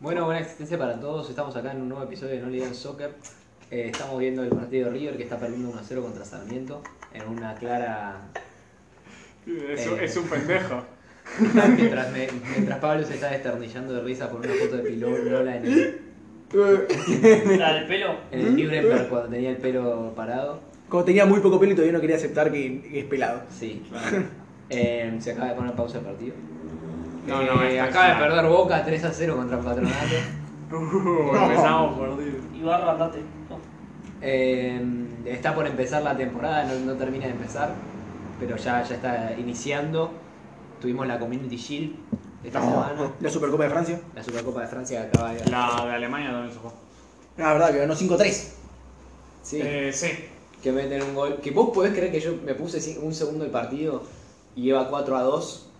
Bueno, buena existencia para todos. Estamos acá en un nuevo episodio de No Ligan Soccer. Eh, estamos viendo el partido de River que está perdiendo 1-0 contra Sarmiento en una clara. Es, Eh. es un pendejo. mientras, me- mientras Pablo se está desternillando de risa por una foto de Pilola en el, Eh, La del pelo. en el Nuremberg cuando tenía el pelo parado. Como tenía muy poco pelo y todavía no quería aceptar que, que es pelado. Sí. Eh, se acaba de poner pausa el partido. No, no, Eh, esta es acaba de una- perder Boca 3 a 0 contra Patronato. Uh, empezamos perdido. Ibarra, andate. No. Eh, está por empezar la temporada, no, no termina de empezar, pero ya, ya está iniciando. Tuvimos la Community Shield esta Ah. semana, La Supercopa de Francia. la Supercopa de Francia que acaba de. La de Alemania también se jugó. La verdad que ganó 5-3. Sí, Eh, sí. que meten un gol. Que vos podés creer que yo me puse cin- un segundo el partido y lleva 4 a 2.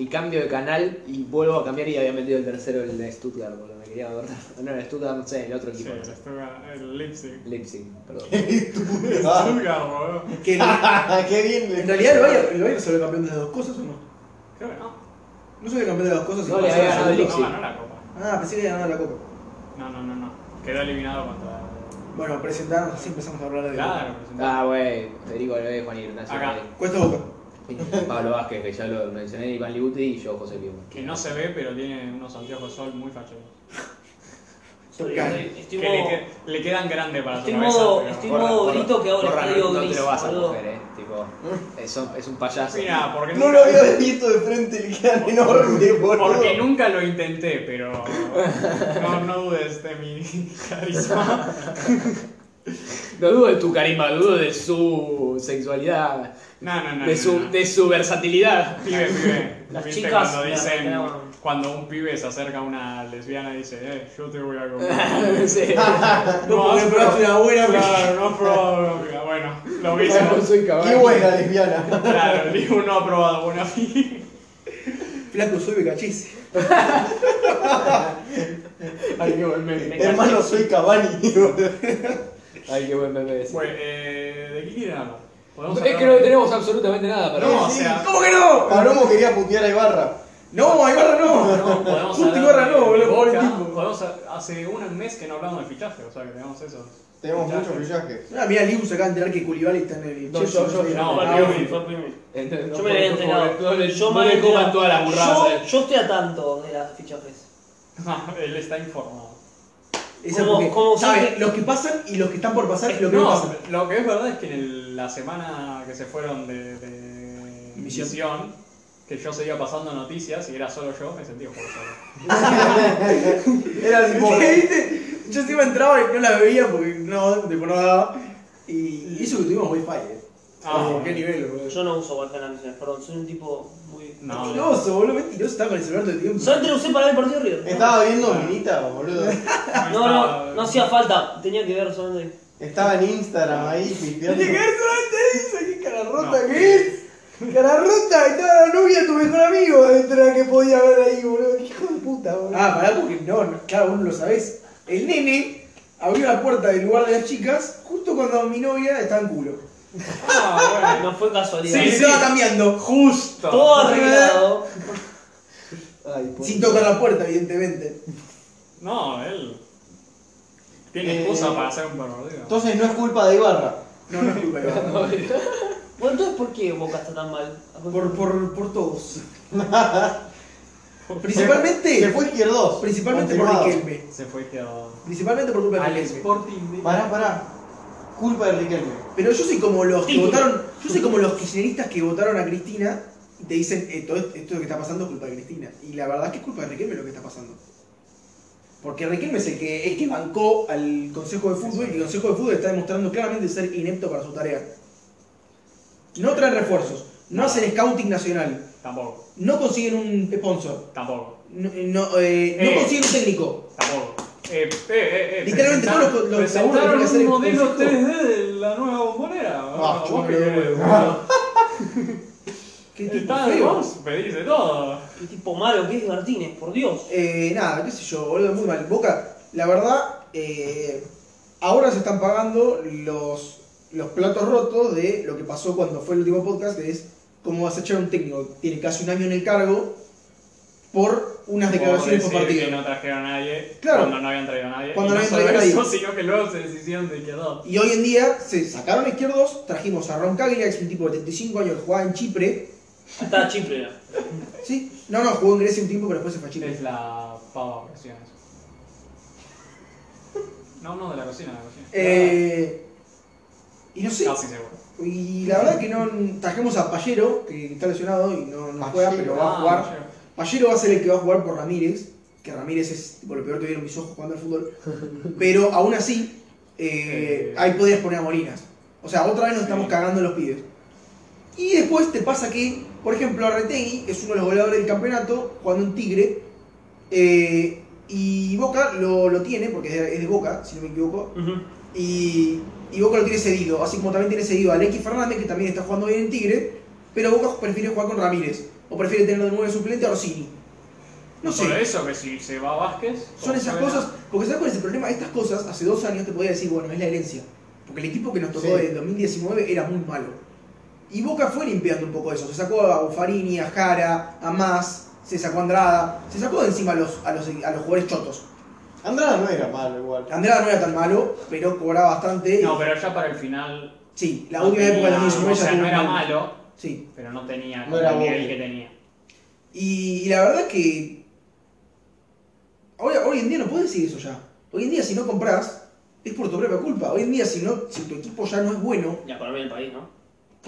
Y cambio de canal y vuelvo a cambiar y había metido el tercero el de Stuttgart, boludo. Me quería ver. No, el Stuttgart, no sé, el otro Sí, equipo. no el sé. Stuttgart- el Leipzig. Leipzig, perdón. Stuttgart, boludo. Que en Qué bien. le- realidad el Bayern, el Bayern salió campeón de las dos cosas o no? Creo que no. No salió campeón de las dos cosas. No, sino le había salió ganado el No segundo. Leipzig. ganó la copa. Ah, pensé que había ganado la Copa. No, no, no, no. Quedó eliminado contra. Bueno, presentarnos, así empezamos a hablar de... Claro, Ah, wey, Federico Alves, Juan Ignacio. Acá. Rodríguez. Cuesta Boca. Pablo Vázquez, que ya lo mencioné, Iván Libuti y yo, José Pío. Que no se ve, pero tiene unos anteojos sol muy facheros. Estoy, Tocá. estoy- estoy Que le, modo- que- le quedan grandes para su Estoy cabeza. modo- pero- estoy- modo grito que ahora estadio no, no gris, te lo vas a boludo. coger, eh. Tipo, es, un- es un payaso. Mira, porque No nunca- lo había visto de frente, le quedan enormes, boludo. Porque nunca lo intenté, pero no, no dudes de mi carisma. No dudo de tu carisma, dudo de su sexualidad, No, no, no. de no, su, no. de su versatilidad. Pibe, pibe. Las ¿Viste chicas, cuando las dicen, reclaman. cuando un pibe se acerca a una lesbiana y dice, eh, yo te voy a comer. Sí. No, porque has probaste una buena, pero- Claro, no has probado una amiga. Bueno, lo mismo. No soy Qué caballo. buena lesbiana. Claro, el hijo no ha probado una amiga. Flaco, soy becachis. Ay, qué buen meme. Hermano, soy Cavani. Ay, qué buen meme ese. Bueno, eh, ¿de qué quieren hablar? ¿Podemos Es que hablar no de- tenemos absolutamente nada para No, o decir. sea, ¿Cómo que no? Palomo quería putear a Ibarra. No, a Ibarra no. no, podemos Justo hablar Ibarra de- no, de boludo, pobre Boca. tipo. Podemos ha- hace un mes que no hablamos de fichaje, o sea que tenemos eso. Tenemos Fichaje. mucho brillaje. Ah, mira, Liu se acaba de enterar que Koulibaldi está en el... No, Chelsea, yo- yo- sé. no, Fue Ah, el Liu. bueno. Piumi, fue el Piumi. Entonces, Yo no, me había por favor, entrenado. No le, yo no me le había coman enterado. todas las burradas. Yo, eh. yo estoy a tanto de las fichajes. Él está informado. Esa Como- porque como sabe siempre- los que pasan y los que están por pasar y los que no, no, pasan. lo que es verdad es que en el- la semana que se fueron de, de Misión. misión, que yo seguía pasando noticias y era solo yo, me sentía un poco solo. Era tipo. ¿Viste? Yo encima entraba y no la veía porque no, tipo, no daba. Y eso que tuvimos wifi, eh. Ah, Ojo, qué nivel, boludo. Yo no uso wifi en la misión, perdón, soy un tipo muy. No. Mentiroso, boludo, mentiroso, estaba con el celular todo el tiempo. Solamente lo usé para ver el partido de River. Estaba viendo Minita, boludo. No, no, no hacía falta, tenía que ver solamente. Estaba en Instagram ahí Tiene que pisteando. ver solamente eso, qué cara rota No. que es. Cara rota, estaba la novia de tu mejor amigo dentro de la que podía ver ahí, boludo. Qué hijo de puta, boludo. Ah, pará, porque no, no, claro, vos no lo sabés. El nene abrió la puerta del lugar de las chicas justo cuando mi novia estaba en culo. Ah, bueno. No fue casualidad. Sí, Sí, se estaba cambiando. Justo. Todo arreglado. Ay, pues. por- Sin tocar la puerta, evidentemente. No, él. Tiene Eh, excusa para ser un pervertido. Entonces no es culpa de Ibarra. No, no es culpa de Ibarra. Bueno, entonces, ¿por qué Boca está tan mal? Por, por, por todos. principalmente Se fue izquierdos. principalmente por Confirmado. Riquelme. Se fue quedado. Principalmente por culpa de Al Riquelme. Sporting de. Pará, pará. Culpa de Riquelme. Pero yo soy como los que Título. votaron, yo soy como los kirchneristas que votaron a Cristina y te dicen, eh, todo esto que está pasando es culpa de Cristina. Y la verdad es que es culpa de Riquelme lo que está pasando. Porque Riquelme es el que, el que bancó al Consejo de Fútbol y el Consejo de Fútbol está demostrando claramente ser inepto para su tarea. No traen refuerzos, no hacen scouting nacional, Tampoco, no consiguen un sponsor, tampoco, no, no, eh, no Eh. consiguen un técnico. tampoco. Eh, eh, eh, eh, Literalmente presentaron- todos los- los presentaron laburos que tiene un que hacer el modelo Consejo. 3D de la nueva bombonera. Ah, ¿Vos chupa qué los querés? huevos. Qué tipo Está de feo. vos, pedís de todo. Qué tipo malo que es Martínez, por Dios. Eh, nada, qué sé yo, boludo, muy mal. Boca, la verdad, eh, ahora se están pagando los, los platos rotos de lo que pasó cuando fue el último podcast, que es cómo vas a echar a un técnico que tiene casi un año en el cargo por unas declaraciones por por decir que partido. no trajeron a nadie Claro. cuando no habían traído a nadie. y Cuando no no habían solo traído a eso, sino que luego se decidieron de que no. Y hoy en día se sacaron a izquierdos, trajimos a Ron Cagliari, que es un tipo de 35 años que jugaba en Chipre. Está Chipre. era. ¿Sí? No, no, jugó en Grecia un tiempo, pero después se fue a Chipre. Es la pava versión eso. No, no, de la cocina, de la cocina. Eh, y no sé, Casi seguro. y la verdad que no trajimos a Pallero, que está lesionado y no, no juega, Pallero, pero va a Ah, jugar. no sé. Pallero va a ser el que va a jugar por Ramírez, que Ramírez es tipo, lo peor que vieron mis ojos jugando al fútbol, pero aún así, eh, Eh. ahí podías poner a Molinas. O sea, otra vez nos Sí. estamos cagando en los pibes. Y después te pasa que, por ejemplo, Arretegui es uno de los goleadores del campeonato, jugando en Tigre, eh, y Boca lo, lo tiene, porque es de, es de Boca, si no me equivoco, Ujú. y, y Boca lo tiene cedido, así como también tiene cedido a Alexis Fernández, que también está jugando bien en Tigre, pero Boca prefiere jugar con Ramírez, o prefiere tener de nuevo suplente a Orsini. No Solo sé, eso, que si se va Vázquez. son esas Saavedra, cosas, porque ¿sabes cuál es el problema? Estas cosas, hace dos años te podía decir, bueno, es la herencia, porque el equipo que nos tocó Sí. en 2019 era muy malo. Y Boca fue limpiando un poco eso, se sacó a Buffarini, a Jara, a Más, se sacó a Andrada, se sacó de encima a los, a los, a los jugadores chotos. Andrada no era malo igual. Andrada no era tan malo, pero cobraba bastante. No, pero ya para el final. Sí, la no última tenía- época de 2019 O ya sea, tuvo no un era mal- malo, Sí. pero no tenía No era el nivel Boca. que tenía. Y, y la verdad que. Hoy, hoy en día no puedes decir eso ya. Hoy en día, si no compras, es por tu propia culpa. Hoy en día, si, no, si tu equipo ya no es bueno, Y a Colombia el país, ¿no?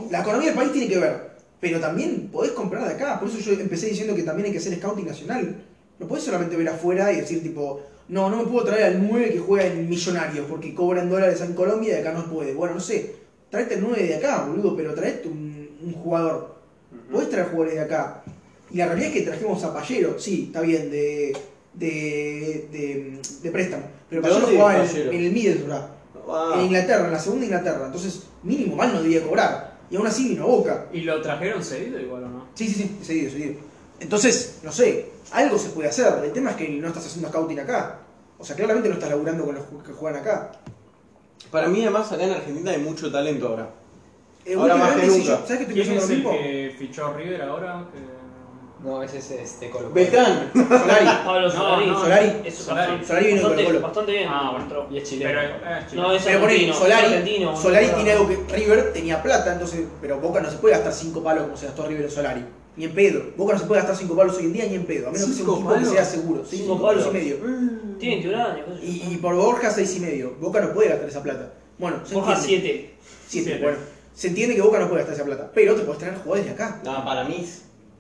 la economía del país tiene que ver. Pero también podés comprar de acá. Por eso yo empecé diciendo que también hay que hacer scouting nacional. No podés solamente ver afuera y decir, tipo, no, no me puedo traer al 9 que juega en Millonarios porque cobran dólares en Colombia y acá no puede. Bueno, no sé. Traete el 9 de acá, boludo, pero traete un- un jugador. Ujú. Podés traer jugadores de acá. Y la realidad es que trajimos a Pallero, sí, está bien, de, de, de, de préstamo. Pero ¿De Pallero dónde jugaba en, es Pallero? en el Middlesbrough, en Ah, Inglaterra, en la segunda Inglaterra. Entonces, mínimo mal no debía cobrar. Y aún así vino a Boca. ¿Y lo trajeron seguido igual o no? Sí, sí, sí, seguido, seguido. Entonces, no sé, algo se puede hacer. El tema es que no estás haciendo scouting acá. O sea, claramente no estás laburando con los ju- que juegan acá. Para mí, además, acá en Argentina hay mucho talento ahora. Eh, Ahora más que últimamente, si nunca. yo- ¿Sabes que estoy ¿Quién pensando lo es el mismo? que fichó River ahora? Eh, Que- No, ese es este Colo. Beltrán. Solari. Pablo No, Solari. no, Solari. Eso, Solari. bastante- Solari vino con bastante, Colo. bastante bien. Ah, entró. Y es Pero chileno. eh, chileno. No, es Pero ponele, argentino. Solari, es argentino, Solari boludo. tiene algo que River tenía plata, entonces, pero Boca no se puede gastar 5 palos como se gastó River en Solari. Ni en pedo. Boca no se puede gastar 5 palos hoy en día ni en pedo. A menos que sea un ¿Cinco equipo palos? que sea seguro. 5 Cinco palos y palos. medio. Tiene 21 años. qué sé yo. Y, y por Borja 6 y medio. Boca no puede gastar esa plata. Bueno, se Borja entiende. 7. Siete, Siete. bueno. Se entiende que Boca no puede gastar esa plata. Pero te puedes traer jugadores de acá. No, para mí,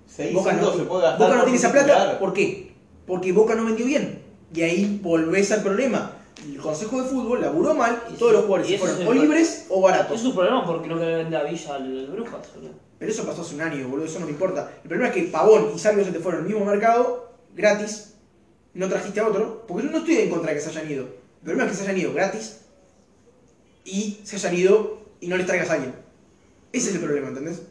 seis Boca no, cinco se puede gastar. Boca no por tiene esa un plata. titular. ¿Por qué? Porque Boca no vendió bien. Y ahí volvés al problema. El Consejo de Fútbol laburó mal y todos los jugadores Y se eso fueron es o el- libres o baratos. Es un problema porque no quería vender a Villa al Brujas. boludo. Pero eso pasó hace un año, boludo, eso no me importa. El problema es que Pavón y Salvio se te fueron al mismo mercado, gratis, no trajiste a otro, porque yo no estoy en contra de que se hayan ido. El problema es que se hayan ido gratis y se hayan ido y no les traigas a alguien. Ese es el problema, ¿entendés?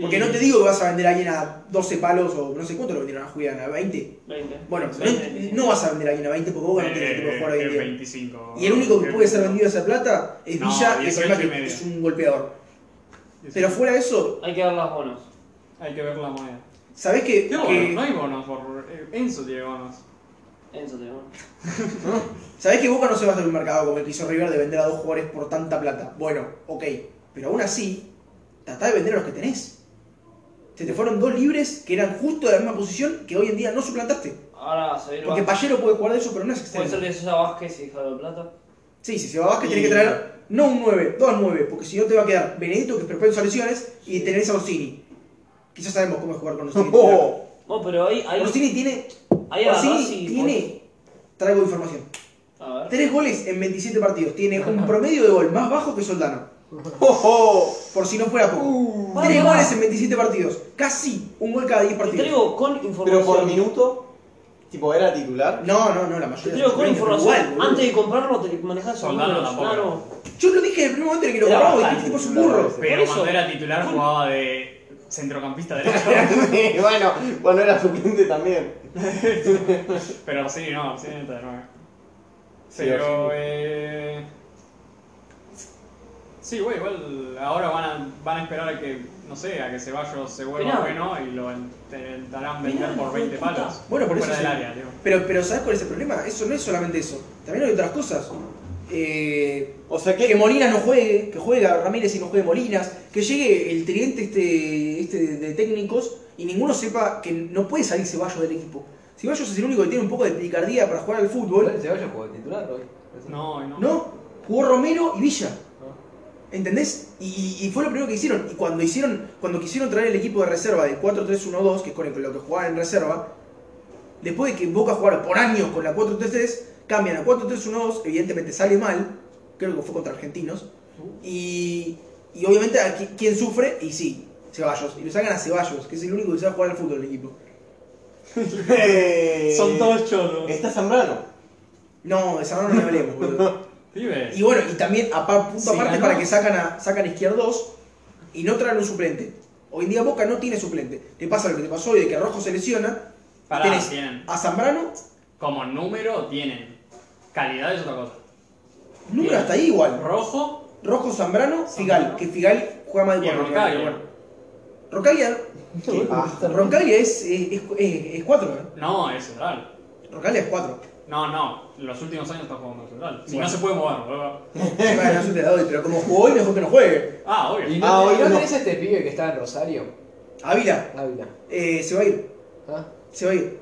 Porque Y- no te digo que vas a vender a alguien a 12 palos o no sé cuánto lo vendieron a Julián, a 20. 20. Bueno, Sí, no, 20. no vas a vender a alguien a 20 porque vos no tenés Eh, ese tipo de jugador hoy en el día. 25. Y el único que el puede ser 25. vendido a esa plata es No, Villa, que 18 encima y que medio. es un golpeador. Pero fuera de eso, Hay que dar las bonos. Hay que ver la moneda. ¿Sabés que, ¿Qué bonos? Eh, que- No hay bonos. Por... eh, Enzo tiene bonos. Enzo te digo. ¿sabés que Boca no se va a hacer un mercado como el que hizo River de vender a dos jugadores por tanta plata? Bueno, ok, pero aún así, tratá de vender a los que tenés. Se te fueron dos libres que eran justo de la misma posición que hoy en día no suplantaste. Ahora se viene Porque Vázquez. Pallero puede jugar de eso, pero no es Puede ser extremo. que se sea Vázquez y Javier Plata. Sí, si se va a Vázquez, Y- tenés que traer no un 9, dos 9, porque si no te va a quedar Benedetto, que es propenso a lesiones, y tenés a Orsini. Quizás sabemos cómo es jugar con Orsini. Oh. Bueno, pero ahí. ahí Orsini tiene. ahí agarrás Orsini y pues tiene. Traigo información. podés- pues, A ver. Tres goles en 27 partidos. Tiene un promedio de gol más bajo que Soldano. oh, Por si no fuera poco. Tres Uh, Vale, goles va. en 27 partidos. Casi un gol cada 10 Te partidos. traigo con información. Pero por minuto, tipo, era titular. No, no, no, la Te mayoría. traigo con de los suplentes, información. igual, boludo. Antes de comprarlo, te manejás sus Soldado números. tampoco. Claro. Yo lo dije en el primer momento en el que lo Era grabamos y dijiste, bastante tipo, es un titular, burro. parece. Pero Por cuando eso. era titular jugaba de centrocampista derecho. bueno, cuando era suplente también. Pero sí, no, sí, entra de nueve. Sí, Pero, Orsini. eh. Sí, güey, igual ahora van a, van a esperar a que, no sé, a que Ceballos se vuelva Mirá. bueno y lo intentarán vender Mirá, por hijo de 20 puta. palos. Bueno, por fuera eso del sí. área, digo. Pero, pero ¿sabes cuál es el problema? Eso no es solamente eso. También hay otras cosas. Eh, O sea que que. Molinas no juegue, que juegue Ramírez y no juegue Molinas, que llegue el tridente este, este de, de técnicos y ninguno sepa que no puede salir Ceballos del equipo. Ceballos es el único que tiene un poco de picardía para jugar al fútbol. ¿Se vaya a jugar titular hoy? No, no. No, jugó Romero y Villa. ¿Entendés? Y, y fue lo primero que hicieron. Y cuando hicieron, cuando quisieron traer el equipo de reserva de 4-3-1-2, que es con el- con lo que jugaban en reserva, después de que Boca jugara por años con la 4-3-3, cambian a 4-3-1-2, evidentemente sale mal, creo que fue contra argentinos, y, y obviamente a qui- quien sufre, y sí, Ceballos, y lo sacan a Ceballos, que es el único que sabe jugar al fútbol del equipo. Son todos cholos. Está Eh, Zambrano. No, de Zambrano no hablemos, boludo. Pibe. Y bueno, y también a par- punto Se aparte ganó. para que sacan a, sacan a izquierdos y no traen un suplente. Hoy en día Boca no tiene suplente. Te pasa lo que te pasó hoy de que Rojo se lesiona. y Pará, tenés tienen. a Zambrano, Como número tienen. Calidad es otra cosa. número Bien. hasta ahí igual. Rojo Rojo, Zambrano, Figal. Zambrano. Que Figal juega más y de el cuatro. Roncaglia. Roncaglia. Qué Ah, bastardo. Roncaglia es, es, es, es- es cuatro, ¿eh? No, es central. Roncaglia es cuatro. No, no. Los últimos años está jugando central. Si Bueno. no se puede mover, boludo. Bueno, no se te la doy, pero como jugó hoy, mejor que no juegue. Ah, obvio. ¿Y no, Ah, y hoy no no. tenés a este pibe que está en Rosario? Ávila, Ávila. eh, se va a ir. ¿Ah? se va a ir.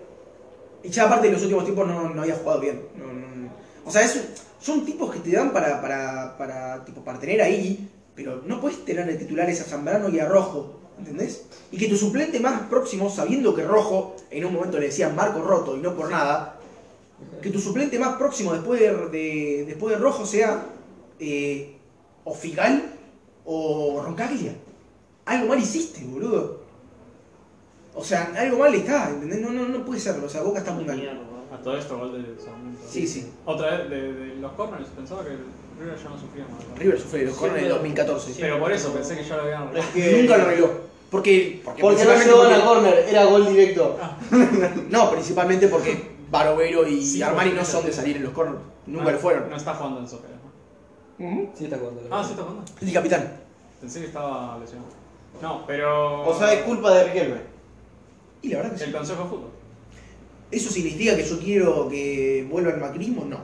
Y ya aparte en los últimos tiempos no, no había jugado bien. No, no, no. O sea, es un- son tipos que te dan para, para, para, tipo, para tener ahí, pero no puedes tener de titulares a Zambrano y a Rojo, ¿entendés? Y que tu suplente más próximo, sabiendo que Rojo, en un momento le decían Marco Roto y no por nada, que tu suplente más próximo después de, de- después de Rojo sea eh, o Figal o Roncaglia. Algo mal hiciste, boludo. O sea, algo mal está, ¿entendés? No, no, no puede serlo. O sea, Boca está muy mal. A todo esto, gol de Sarmiento. Sí, sí. Otra vez, de, de los corners. Pensaba que el River ya no sufría más. River sufre los corners de pero- 2014. sí. Pero por eso pensé que ya lo habían arreglado. Nunca lo arregló. Porque, Porque no principalmente llegó a la porque- corner, era gol directo. No, principalmente porque Barovero y Sí, Armani porque- no son de salir en los corners. Nunca No, lo fueron. No está jugando en Sopera. Sí está jugando. Ah, sí está jugando. El capitán. Pensé que estaba lesionado. No, pero. O sea, es culpa de Riquelme. Y la verdad que sí. El Consejo de Fútbol. ¿Eso significa que yo quiero que vuelva el macrismo? No.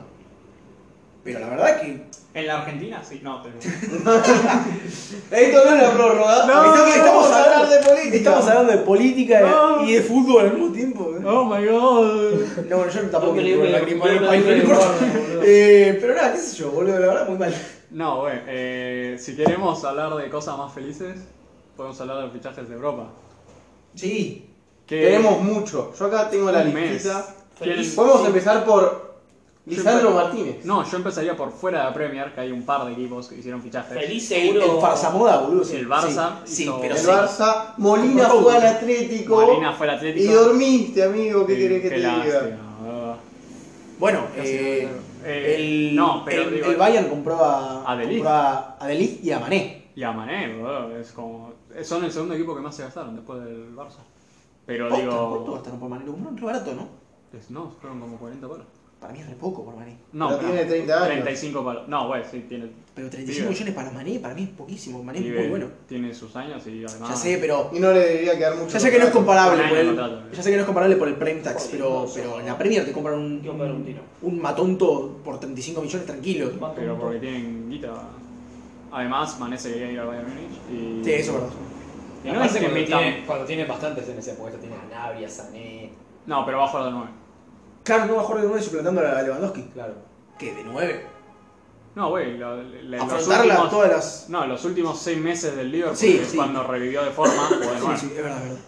Pero la verdad que. En la Argentina, sí, no, tengo. Esto no es la prórroga. estamos, estamos hablando, Estamos hablando de política No. y de fútbol al mismo tiempo. ¿eh? No, Oh my god. bueno, yo tampoco Porque le- quiero el le- macrismo. le- el le- país le- no le- importa. boludo. Eh, Pero nada, qué sé yo, boludo, la verdad, muy mal. No, güey, eh, si queremos hablar de cosas más felices, podemos hablar de fichajes de Europa. Sí. Que Queremos mucho. Yo acá tengo la un mes. listita. ¿Quieren- Podemos empezar por Lisandro Martínez. No, yo empezaría por fuera de la Premier, que hay un par de equipos que hicieron fichajes. Feliz El, seguro. el Farsamoda, boludo. El Barça Sí, sí, hizo- pero El sí. Barça, Molina Por favor. fue al Atlético. Marina fue el Y Atlético. dormiste, amigo, ¿qué querés que Qué te diga? lástima, boludo. Bueno, Casi eh, no, eh, el, no, pero el, digo- el Bayern compró a, A De Ligt. compró a, a De Ligt y a Mané. Y a Mané, boludo, es como... Son el segundo equipo que más se gastaron después del Barça. Pero Posta, ¿Cuánto digo... gastaron por Mané? Lo compraron re barato, ¿no? es- No, fueron como 40 palos. Para mí es re poco por Mané. No, Pero tiene 30 años. 35 palos. No, güey, sí, tiene... Pero Pibe. 35 millones para Mané, para mí es poquísimo. Mané es vive- muy bueno. Tiene sus años y además... Ya sé, pero... Y no le debería quedar mucho. Ya sé que no es Un comparable año por de el, contrato, eh. ya sé que no es comparable por el Prime Tax, Joder, pero, no, pero no. en la Premier te compran un, Yo me lo tiro. un matonto por 35 millones tranquilo. Pero porque tienen guita. Además, Mané se quería ir al Bayern Múnich y... Sí, eso es verdad. Y Aparte no es que cuando, metan- tiene, cuando tiene bastantes en ese puesto, tiene a Navia, Sané, No, pero va a jugar de 9. Claro, no va a jugar de 9 suplantando a Lewandowski. claro. Que de 9. No, güey, lo- le- los Afrontarla últimos... todas las... No, los últimos 6 meses del Liverpool Sí, es sí. cuando revivió de forma, jugó de Sí, nueve. sí, es verdad, es verdad.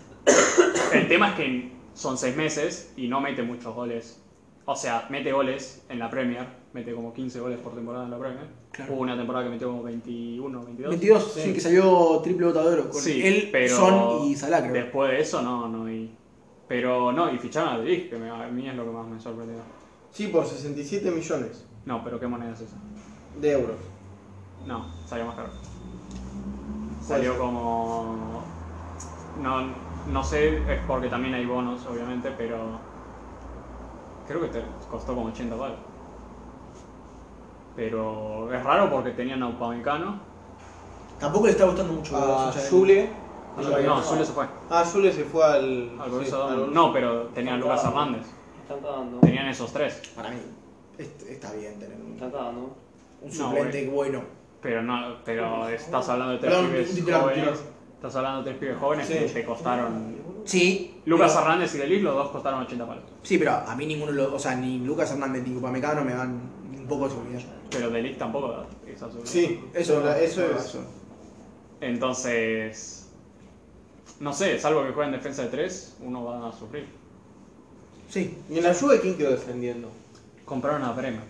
El tema es que son seis meses y no mete muchos goles. O sea, mete goles en la Premier, mete como 15 goles por temporada en la Premier. Claro. Hubo una temporada que metió como 21, 22. 22, sí, que salió triple bota de oro con Sí, él, pero Son y Salah, creo. Después de eso, no, no. Y, pero no, y ficharon a Dirich, que me- a mí es lo que más me sorprendió. Sí, por 67 millones No, pero ¿qué moneda es esa? de euros. No, salió más caro. Salió como. No, no sé, es porque también hay bonos, obviamente, pero. Creo que te costó como 80 palos. Pero es raro porque tenían a Upamecano, Tampoco le está gustando mucho. A Sucha de- Jule. Pero No, ahí- Zule se fue. Ah, Jule se fue al. Al sí, Borussia al Dortmund. Borussia. No, pero tenían a Lucas Hernández. Están cagando. Tenían esos tres. Para mí, est- está bien tener un, Están cagando. un eh. suplente bueno. Pero no, pero estás hablando de tres Perdón, un pibes titular, un jóvenes. titular. Estás hablando de tres pibes jóvenes Sí. que te costaron. Sí. Lucas pero- Hernández y Delis, los dos costaron 80 palos. Sí, pero a mí ninguno, lo- o sea, ni Lucas Hernández ni Upamecano me dan un poco de seguridad. Pero Delis tampoco da esa seguridad. Sí, eso, Eso- eso es. eso. Entonces. No sé, salvo que jueguen defensa de tres, uno va a sufrir. Sí. ¿Y en la Juve quién quedó defendiendo? Compraron a Bremer,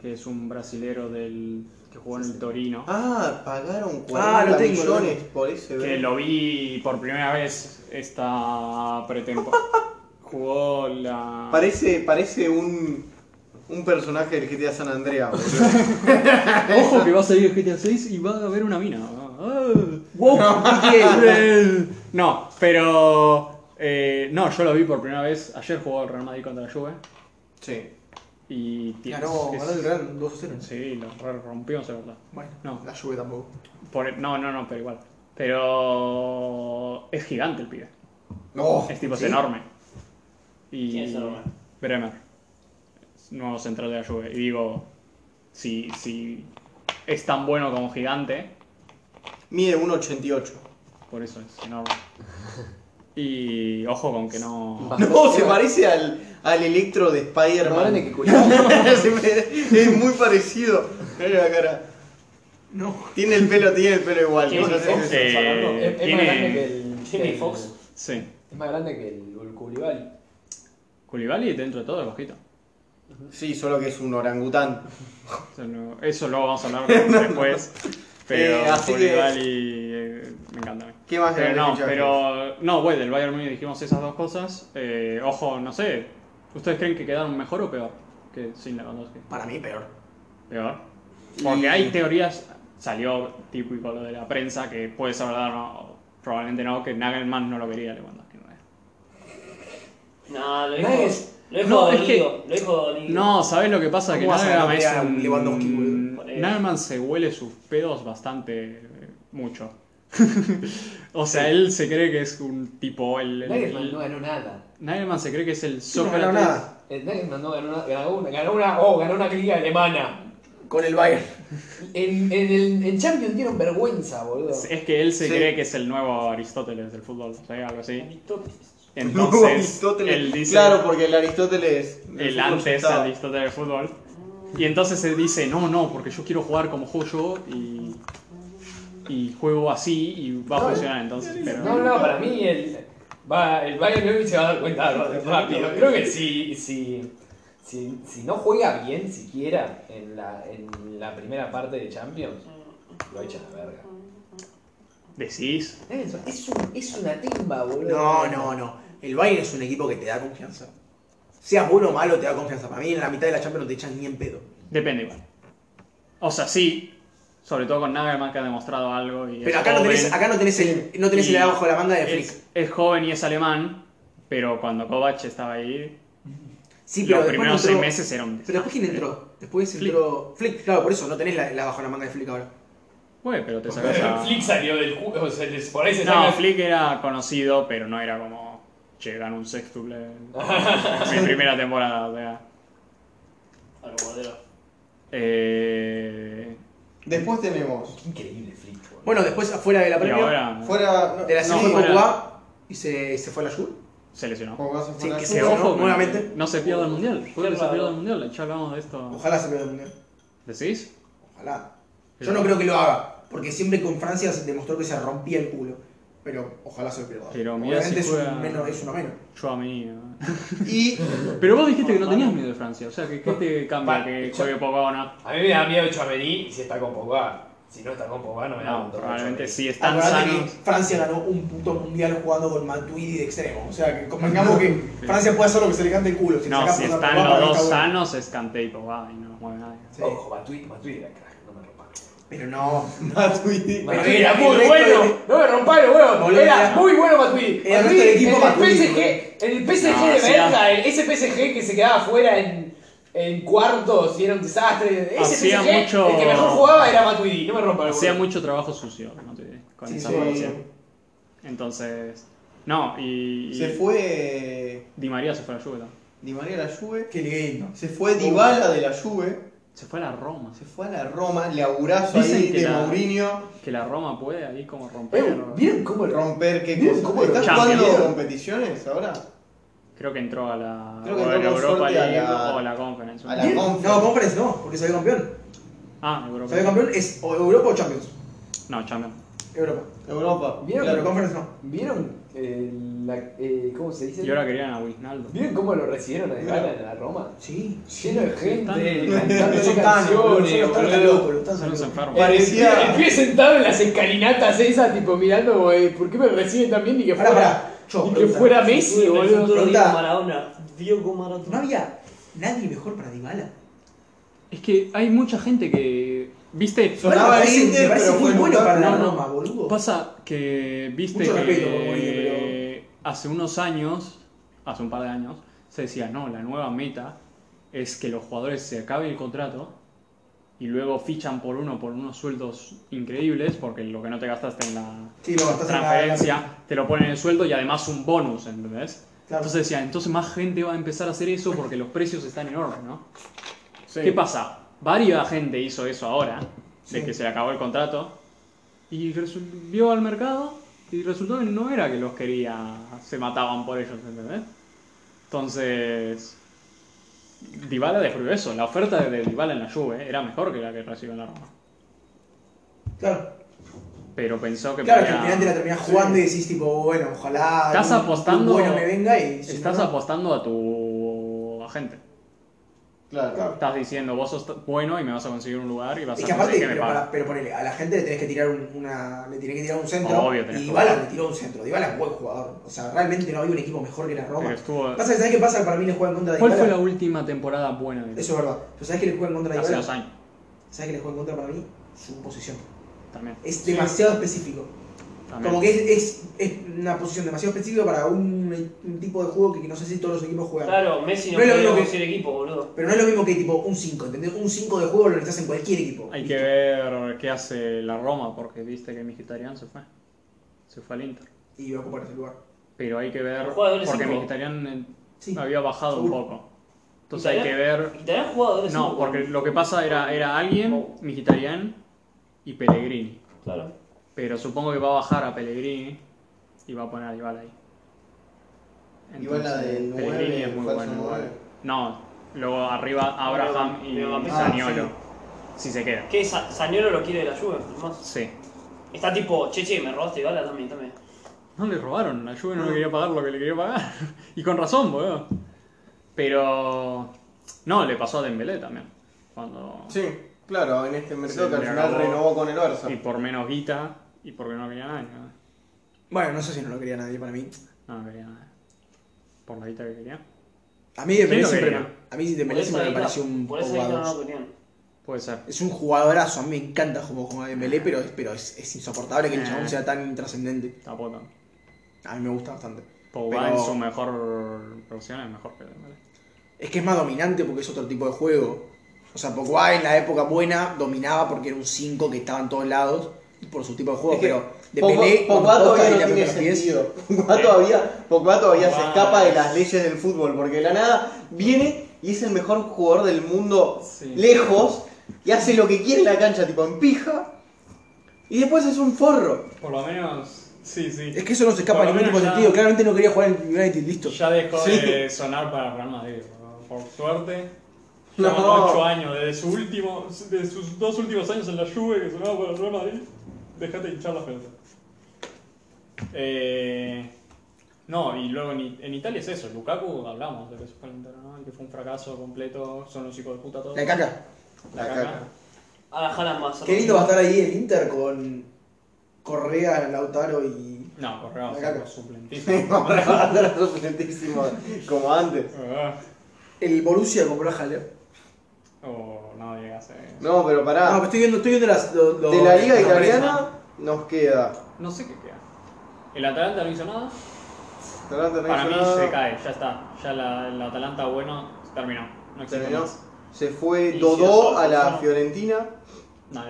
que es un brasilero del que jugó en el Torino. Ah, pagaron 40 Ah, lo tengo, lo millones por ese. Que lo vi por primera vez esta pretemporada. Jugó la. Parece, parece un, un personaje del GTA San Andrea, boludo. Ojo que va a salir el GTA 6 y va a haber una mina. Ah. ¡Wow! No, pero. eh, no, yo lo vi por primera vez. Ayer jugó el Real Madrid contra la Juve. sí. Y tiene- Ganó, es- ganó el Real 2 0. Sí, lo re- rompimos, la verdad. Bueno, No. la Juve tampoco. Por- e- no, no, no, pero igual. Pero. Es gigante el pibe. No. Es tipo, es ¿Sí? enorme. Y... ¿Quién es enorme? Bremer. Nuevo central de la Juve. Y digo, si, si es tan bueno como gigante, Mide 1,88. por eso es enorme. Y ojo con que no... No, se parece al, al electro de Pero más grande Spider-Man. que Culiacán. Se me- es muy parecido. Mirá la cara. No. Tiene el pelo, tiene el pelo igual. Tiene no sé un si- Eh, Es, es tiene- más grande que el. Jimmy que el- Fox. Sí. Es más grande que el, el Koulibaly. Koulibaly dentro de todo es bajito. Sí, solo que es un orangután. Eso, no- eso luego vamos a hablar después. Pero Eh, así que- Koulibaly eh, me encanta a mí. ¿Qué más Pero grandes no, fichajes? pero. No, güey, del Bayern Munich dijimos esas dos cosas. Eh, ojo, no sé. ¿Ustedes creen que quedaron mejor o peor que sin Lewandowski? Para mí, peor. Peor. Porque Y- hay teorías. Salió típico lo de la prensa que puede ser verdad o no, probablemente no, que Nagelman no lo quería Lewandowski. ¿no? No, lo dijo. Nadie- Lo dijo No, es Dolido. Lo dijo Dolido. No, ¿sabes lo que pasa? Que ¿Cómo vas a Nagelman ganar es a un... Lewandowski, boludo? Nagelman se huele sus pedos bastante eh, mucho. o sea, él se cree que es un tipo... El, el- Nagelsmann no ganó nada. Nagelman se cree que es el No Sócrates... ganó nada. El Nagelsmann no ganó nada. Ganó una, ganó una, oh, ganó una liga alemana. Con el Bayern. En, en, el- en Champions dieron vergüenza, boludo. Es que él se Sí. cree que es el nuevo Aristóteles del fútbol, o sea, algo así. Aristóteles. Hubo Entonces, Aristóteles. él dice Claro, porque el Aristóteles. el antes estaba- Aristóteles del fútbol. Y entonces él dice, no, no, porque yo quiero jugar como juego yo y, y juego así y va a No, funcionar entonces. Pero, No, no, para mí el, va, el Bayern Munich se va a dar cuenta rápido. Creo que si, si, si, si no juega bien siquiera en la, en la primera parte de Champions, lo echan a la verga. Decís, Nagelsmann Es, un- es una timba, boludo. No, no, no. El Bayern es un equipo que te da confianza. Seas bueno o malo, te da confianza. Para mí, en la mitad de la Champions no te echan ni en pedo. Depende igual. O sea, sí. Sobre todo con Nagelman que ha demostrado algo. Y es Pero acá no joven, tenés, acá no tenés el, no tenés y el abajo de la manga de Flick. es, es joven y es alemán, pero cuando Kovac estaba ahí, Sí, pero los después no primeros entró- seis meses era un Pero desastre. después quién entró? Después Flick. entró. Flick, claro, por eso no tenés la, la bajo la manga de Flick ahora. Güey, pero te sacas a... Flick salió del juego, o sea, les- por ahí se No, saca- Flick era conocido, pero no era como... Che, ganó un sextuple en mi primera temporada. O sea, A lo guardero. eh, Después tenemos. Qué increíble Flick, boludo. Bueno, después afuera de la y Premier. ahora Fuera. no, De la sí, no, fue con fuera. Cuba y se, se fue a la Juve. se lesionó. Pogba se fue Sí, a la que Juve. se- bueno, que nuevamente. No se pierda el Mundial. Puede que se raro. pierda el Mundial. Ya hablamos de esto. Ojalá se pierda el mundial. ¿Decís? Ojalá. Yo no creo que lo haga, porque siempre con Francia se demostró que se rompía el culo. Pero ojalá se lo pierda. Pero mira Obviamente si es, juega- un menos, es uno menos. Yo a mí... ¿no? Y. Pero vos dijiste que no tenías miedo de Francia, o sea, que ¿qué te cambia Pa- que yo- juegue poco o no? A mí me da miedo Chamení si está con Pogba. Si no está con Pogba, no me da No, un toque probablemente Tchouaméni. si están Acordate que sanos. Francia ganó un puto mundial jugando con Matuidi de extremo. O sea, que convengamos que Francia puede hacer lo que se le cante el culo. Si le No, sacás si por la están Copa, los no está dos bueno. sanos es Kanté y Pogba y no los mueve nadie. Sí, Ojo, Matuidi, Matuidi era crack, no me rompa. Pero no. Matuidi. Pero Matuidi era ¿eh? era muy el resto bueno. No me rompa el huevo. Boludo, Era era- muy bueno Matuidi. era el Matuidi, resto del equipo en el Matuidi, PSG, en el PSG No, de sí, verga, el- ese PSG que se quedaba afuera en En cuartos y era un desastre. Ese Hacía PSG, mucho- El que mejor jugaba era Matuidi, no me rompa el Hacía huevo. mucho trabajo sucio, no te con Sí, esa sí. selección. Entonces. No, y. y Se fue Di María se fue a la Juve también. Di María a la Juve. Que el gay no. Se fue Dybala de la Juve. Se fue a la Roma. Se fue a la Roma. Le augurazo Dicen ahí que de la- Mourinho. Que la Roma puede ahí como romper. Eh, ¿Vieron cómo el Romper qué Bien, cosa. ¿cómo ¿Estás rompe? jugando Champions. competiciones ahora? Creo que entró a la, Creo que o entró a la con Europa suerte a League la- o a la Conference. a la- Bien. Conference. No, Conference no, porque salió campeón. Ah, Europa Salió League. campeón es o Europa o Champions. No, Champions. Europa. Europa. Bien. Claro, Conference no. ¿Vieron el- la- eh, cómo se dice? Y ahora querían a Wijnaldo. ¿Vieron cómo lo recibieron a Dybala en la Roma? Sí. Lleno de gente, Tan- cantando canciones, boludo. Son unos canciones, enfermos. Parecía- El pie sentado en las escalinatas esas, tipo mirando, güey, ¿por qué me reciben también? Ni que Pará, fuera, pará. Yo, ni que pregunta. fuera Messi, En el boludo. futuro Pregunta. Diego Maradona. Diego Maradona. No había nadie mejor para Dybala. Es que hay mucha gente que. ¿Viste? Son- Sonaba me parece- el Inter, me parece pero muy fue bueno nunca- para la no, no. Roma, boludo. Pasa que. ¿Viste Mucho que. respeto, Mourinho, Hace unos años, hace un par de años, se decía: no, la nueva meta es que los jugadores se acabe el contrato y luego fichan por uno por unos sueldos increíbles, porque lo que no te gastaste en la Sí, lo gastaste en la- transferencia te lo ponen en el sueldo y además un bonus, ¿entendés? Claro. Entonces decía, entonces más gente va a empezar a hacer eso porque los precios están enormes, ¿no? ¿Qué pasa? Varia gente hizo eso ahora, de Sí. que se le acabó el contrato, y resu- vio al mercado y resultó que no era que los quería, se mataban por ellos, ¿entendés? Entonces, Dybala descubrió eso, la oferta de Dybala en la Juve era mejor que la que recibió en la Roma, Claro, pero pensó que claro, que podía- al final te la terminás jugando y decís, tipo, bueno, ojalá. Estás un- apostando- un Bueno, me venga y. si Estás no, no. apostando a tu agente. Claro. Estás diciendo, vos sos t- bueno y me vas a conseguir un lugar y vas Es a que conseguir aparte, que me pero, para- pague. pero ponele, a la gente le tenés que tirar un, una, le tenés que tirar un centro. Obvio, tenés y que Dybala jugar. le tiró un centro. Dybala es buen jugador. O sea, realmente no había un equipo mejor que la Roma. Pero estuvo- Pasa que, ¿sabés qué pasa? Para mí le juegan contra de ¿Cuál fue la Dybala. última temporada buena de Eso es verdad. Pero ¿sabés que le juegan contra de Hace Dybala? dos años ¿Sabés que le juegan contra para mí? Su posición. también. Es demasiado específico. también. Como que es, es, es una posición demasiado específica para un, un tipo de juego que no sé si todos los equipos juegan. Claro, Messi no, No es lo podía mismo que- conseguir equipo, boludo. Pero no es lo mismo que tipo un 5, ¿entendés? Un 5 de juego lo necesitas en cualquier equipo. Hay que ver qué hace la Roma, porque viste que Mkhitaryan se fue. Se fue al Inter. Y va a ocupar ese lugar. Pero hay que ver, Los jugadores porque cinco. Mkhitaryan eh, Sí. había bajado un Seguro. poco. Entonces hay que Mkhitaryan- ver... Mkhitaryan jugaba doble cinco, No, porque boludo. lo que pasa era, era alguien, Mkhitaryan y Pellegrini. Claro. Pero supongo que va a bajar a Pellegrini y va a poner a Dybala ahí. Dybala de Entonces, nueve, Pellegrini es muy falso bueno. nueve. No, luego arriba Abraham y Leo Mbappé. Ah, Zaniolo. sí. Si se queda. ¿Qué? Sa- Saniolo lo quiere de la Juve, nomás. Sí. Está tipo, che, che, me robaste bala también, también. No le robaron, la Juve no le quería pagar lo que le quería pagar. Y con razón, boludo. Pero... No, le pasó a Dembélé también. Cuando... Sí, claro, en este mercado Se que al le final acabó. renovó con el Barça. Y por menos guita y porque no quería nada. ¿no? Bueno, no sé si no lo quería nadie para mí. No, no quería nada. Por la guita que quería. A mí Dembélé lo siempre quería? me- a mí Por Dembélé eso siempre me ahí pareció no- un Por eso ahí no no jugadorazo. lo querían. Puede ser. Es un jugadorazo, a mí me encanta como juega Dembélé, pero, es- pero es, es insoportable que el Eh. chabón sea tan intrascendente. Tampoco. tanto. A mí me gusta bastante. Pogba Pero- en su mejor versión es mejor que Dembélé. Es que es más dominante porque es otro tipo de juego. O sea, Pogba en la época buena dominaba porque era un 5 que estaba en todos lados y por su tipo de juego, Es que pero Pogba- Dembélé cuando Pogba toca y todavía la no tiene pelota a los pies, sentido. Pogba todavía, Pogba todavía se Pogba escapa de es- las leyes del fútbol, porque de la nada viene y es el mejor jugador del mundo Sí. lejos y hace lo que quiere en la cancha, tipo en pija, y después es un forro. Por lo menos, sí, sí. Es que eso no se escapa Por de lo ningún tipo menos de ya- sentido. Claramente no quería jugar en United, listo. Ya dejó Sí. de sonar para Real Madrid. ¿no? Por suerte, No. llevan 8 años desde su último, de sus dos últimos años en la Juve que sonaba para Real Madrid. Dejate de hinchar la pelota. Eh, no, y luego en, I- en Italia es eso. Lukaku, hablamos de que se fue al Inter, ¿no? Y que fue un fracaso completo. Son los hijos de puta todos. La caca. La caca. Ahora jalan más. Qué lindo va a estar ahí el Inter con Correa, Lautaro y. No, Correa va a La ser caca. suplentísimo. Ahora va a andar sorprendentísimo, como antes. Ah, El Borussia compró a Haller. O nadie hace. No, pero No, pero pará, estoy viendo, estoy viendo las. lo- lo- Ah. de la liga los italiana nos queda No sé qué queda. El Atalanta no hizo nada. Atalanta no Para mí hizo nada. se cae, ya está. Ya la, la Atalanta, bueno, terminó. No existe Terminó. más. Se fue Y Dodó si a la no- Fiorentina. Nah,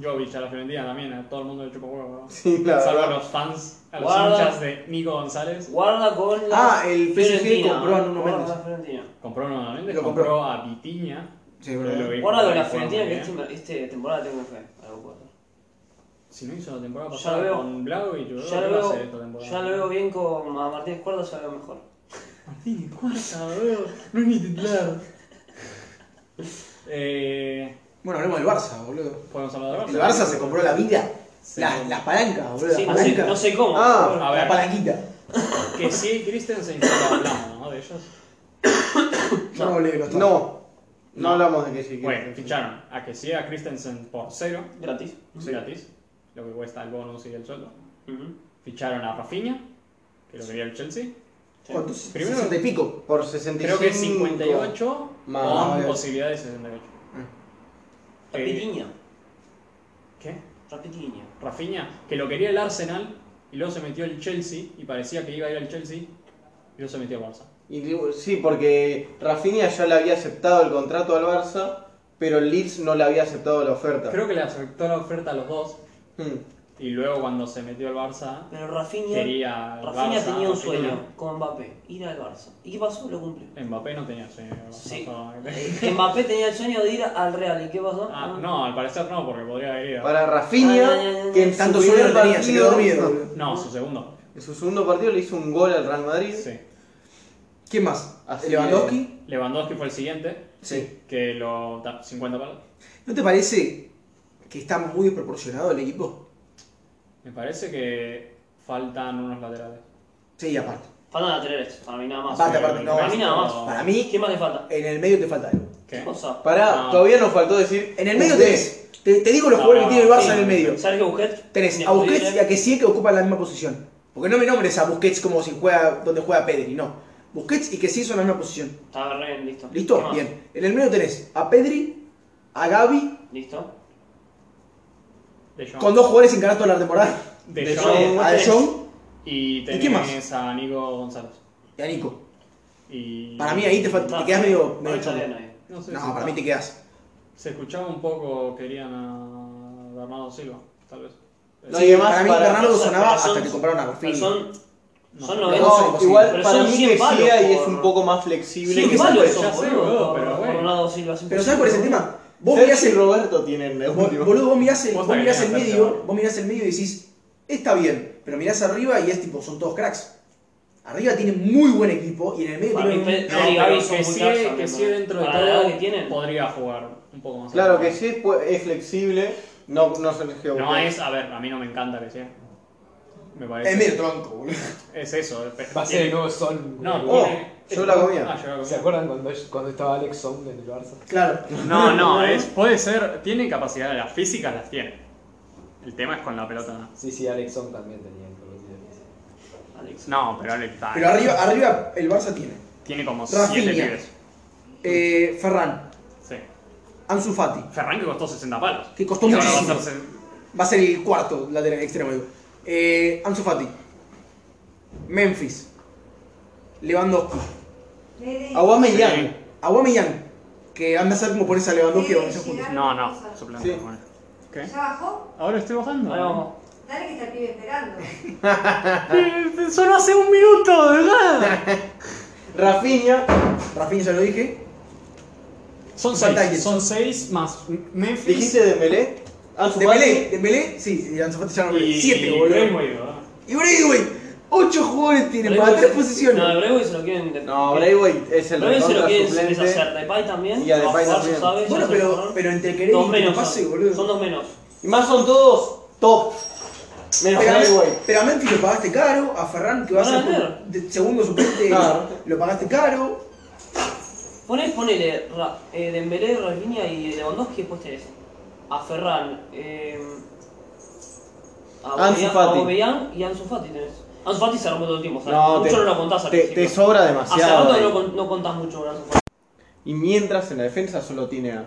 Jovic a la Fiorentina también, a todo el mundo le chupa huevo. ¿no? Sí, la Salvo a verdad. los fans, a los Guarda. hinchas de Nico González. Guarda con Ah, el PSG compró a Nuno Guarda Méndez. con la Fiorentina. Compró nuevamente, Lo compró. compró. a Vitiña. Sí, es verdad. Guarda con la Fiorentina Florentina que esta este temporada tengo fe. a lo cuatro. Si no hizo la temporada Ya pasada lo veo. con Blau y yo Ya creo lo que va a hacer esta veo, temporada. ya lo veo bien con a Martínez Cuerda, ya lo veo mejor. Martín, cuarta, boludo. No es ni titular. eh, Bueno, hablemos del Barça, boludo. podemos hablar El del Barça se compró la vida. Sí. Las, las palancas, boludo. Sí, las no sé, palancas. no sé cómo. Ah, A la ver. palanquita. Que sí, Christensen, ya lo hablamos, ¿no? De ellos. Yo no hablé de los No, no, hablamos de que sí. que- Bueno, ficharon a que sí a Christensen por cero, Gratis. gratis, lo que cuesta el bonus y el sueldo. Ujú. Ficharon a Rafinha, que lo quería el Chelsea. ¿Cuántos? Primero- 60 y pico. Por 65. Creo que 58 Más. Ah. con posibilidad de 68. Eh, Rapidiña. ¿Qué? Rapidiña. Rafinha, que lo quería el Arsenal y luego se metió el Chelsea y parecía que iba a ir al Chelsea y luego se metió al Barça. Y- sí, porque Rafinha ya le había aceptado el contrato al Barça, pero el Leeds no le había aceptado la oferta. Creo que le aceptó la oferta a los dos Mm. y luego cuando se metió al Barça Pero Rafinha, quería al Rafinha Barça, tenía un Rafinha. sueño con Mbappé, ir al Barça. ¿Y qué pasó? Lo cumplió. Mbappé no tenía sueño. Sí. No, Mbappé tenía el sueño de ir al Real. ¿Y qué pasó? Ah, no, al parecer no, Ah, porque podría haber ido. Para Rafinha, Ay, ay, ay, ay. que en su Tanto primer sueño no tenía, se quedó partido, dormido, no, boludo. No, su segundo. en su segundo partido le hizo un gol al Real Madrid. Sí. ¿Quién más? Así que- Lewandowski. Lewandowski fue el siguiente, Sí. que lo da 50 palos. ¿No te parece que está muy desproporcionado el equipo? Me parece que faltan unos laterales. Sí, aparte. Faltan laterales, para mí nada más. Aparte, Ah, Eh, aparte, no. Para mí nada más. Para mí, ¿Qué más le falta? en el medio te falta algo. ¿Qué? ¿Qué cosa? Pará, No. todavía nos faltó decir. En el medio Busquets. tenés. Te, te digo los No, jugadores que tiene el Barça Sí. en el medio. Sergio Busquets. Tenés a Busquets y a que sí que ocupan la misma posición. Porque no me nombres a Busquets como si juega donde juega Pedri, no. Busquets y que sí son la misma posición. Está bien, listo. ¿Qué ¿Listo? más? Bien. En el medio tenés a Pedri, a Gaby, Listo. De Jong. con dos jugadores sin ganar toda la temporada. De De Jong. Jong. A De Jong Y tenés qué más? a Nico González. y a Nico. Y... Para mí ahí te, fal- te quedas medio, No medio está chorro. bien ahí. No sé si- No, para mí te quedas. Se escuchaba un poco, querían a Bernardo Silva, tal vez. No, Sí, y además para mí para- Bernardo sonaba Pero son- hasta que compraron a Pero Gorfini. Son, No. son No, 90. No, imposible. igual Pero para son mí 100 que palos sigue y por- es un poco más flexible. Sí, que malos Samuel. son, boludo, pero bueno. Ronaldo Silva es Pero ¿sabes cuál es el imposible. tema? Vos Sergio mirás el, y Roberto tienen de Vos- último. Boludo, vos mirás el, Posta vos que mirás tenía el que medio, hacer, ¿no? vos mirás el medio y decís, está bien, pero mirás arriba y es tipo, son todos cracks. Arriba tiene muy buen equipo y en el medio Para tiene mí, un... Pe- No, y pero Gavi son que muy sí, caros también, que sí ¿no? dentro de Para la edad todo que tienen. podría jugar un poco más. Claro que adelante. sí, es pu- es flexible. No, no se eligió. No es, a ver, a mí no me encanta que sea. Me Es parece. medio tronco, boludo. Es eso. es- Va a ser el nuevo Son. No, Oh, tiene- yo la comía. Ah, yo la comía. ¿Se acuerdan cuando, cuando estaba Alex Song en el Barça? Claro. No, no, es, puede ser. Tiene capacidad, las físicas las tiene. El tema es con la pelota. Sí, sí, Alex Song también tenía el problema. Alex. No, pero Alex está- Pero arriba, arriba el Barça tiene tiene como Rafinha. 7 pibes. eh, Ferran, Sí. Ansu Fati, Ferran que costó 60 palos. que costó Y ahora va a muchísimo. ser- Va a ser el cuarto lateral extremo, digo. Eh, Ansu Fati, Memphis, Lewandowski, Aguameyang. Aguameyang, que anda a ser como pones a Lewandowski o a Vinicius juntos. No, no, suplente. Sí. bueno. ¿Qué? ¿Ya bajó? Ahora estoy bajando. Ahí vamos. Dale que está el pibe esperando. Eh, Solo hace un minuto, de ¿verdad? Rafinha. Rafinha ya lo dije. Son Falta seis, alguien. son seis más Memphis Dijiste de Melé. Ah, Ansu De Fati. Pelé, de Pelé, sí, y Ansu Fati ya no lo y 7, boludo. Braithwaite, ¿verdad? Y Braithwaite, 8 jugadores tiene para Braithwaite- tres posiciones. No, Brewe se lo quieren. de- No, Braithwaite es el Braithwaite se lo recontra quieren suplente. deshacer. Depay también. Y a Depay Va jugar, también. se sabe, ya bueno, se pero, fueron. pero entre querer Dos y que menos. no pase, son- boludo. Son dos menos. Y más son todos top. Menos Pero, a- Braithwaite. pero a Memphis lo pagaste caro, a Ferran que va a Van a ser ganar. de- segundo suplente Claro. lo pagaste caro. Ponés, ponele Ra, eh, Dembélé, Rafinha y Lewandowski, después tenés a Ferran, eh, a Ansu Aubameyang- Fati. a Aubameyang y Ansu Fati tenés. Ansu Fati se armó todo el tiempo, ¿sabes? No, mucho te- no lo contás al Te, principio. te sobra Hace rato demasiado. que no, ahí. con- no contás mucho con Ansu Fati. Y mientras en la defensa solo tiene a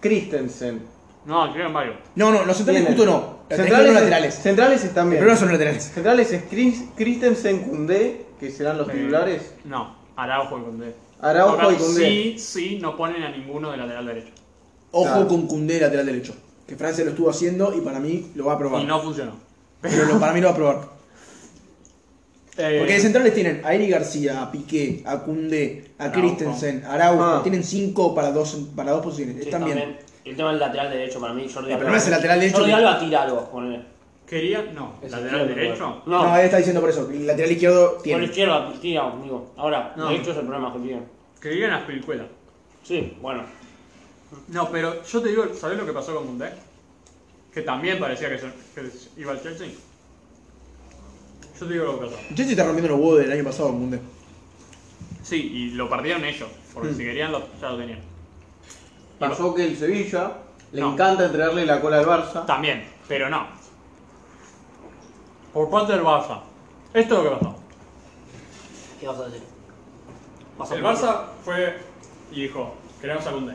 Christensen, No, creo en varios. No, no, los centrales Tiene. justo no. Los Centrales, centrales laterales. Centrales están bien. Pero no son laterales. Centrales es Chris- Christensen, Koundé, que serán los Eh, titulares. No, Araujo y Cundé. Araujo y Koundé. Sí, sí, no ponen a ninguno de lateral derecho. Ojo Claro. con Cundé lateral derecho. Que Francia lo estuvo haciendo y para mí lo va a probar. Y no funcionó. Pero lo- para mí lo va a probar. Eh, Porque de centrales tienen a Eri García, a Piqué, a Cundé, a Araujo. Christensen, a Araujo. Ah. Tienen cinco para dos, para dos posiciones. Están bien. El tema del lateral derecho para mí, Jordi El Alba. problema es el lateral derecho Jordi que- Alba tira algo, ponele. Quería. No, Es lateral izquierdo, derecho. No, No, él está diciendo por eso. El lateral izquierdo por tiene. izquierda tira, digo. Ahora, No. derecho es el problema que tiene. Querían a Spiricuela. Sí, bueno. No, pero yo te digo, ¿sabés lo que pasó con Mundé? Que también parecía que, se- que iba al Chelsea. Yo te digo lo que pasó. Chelsea está rompiendo los huevos del año pasado, Cundé. Sí, y lo perdieron ellos, porque si querían lo, ya lo tenían. Mm. Pasó que el Sevilla le No. encanta entregarle la cola al Barça. También, pero no. Por parte del Barça. Esto es lo que pasó. ¿Qué vas a decir? Vas a El Barça fue y dijo, queremos a Koundé.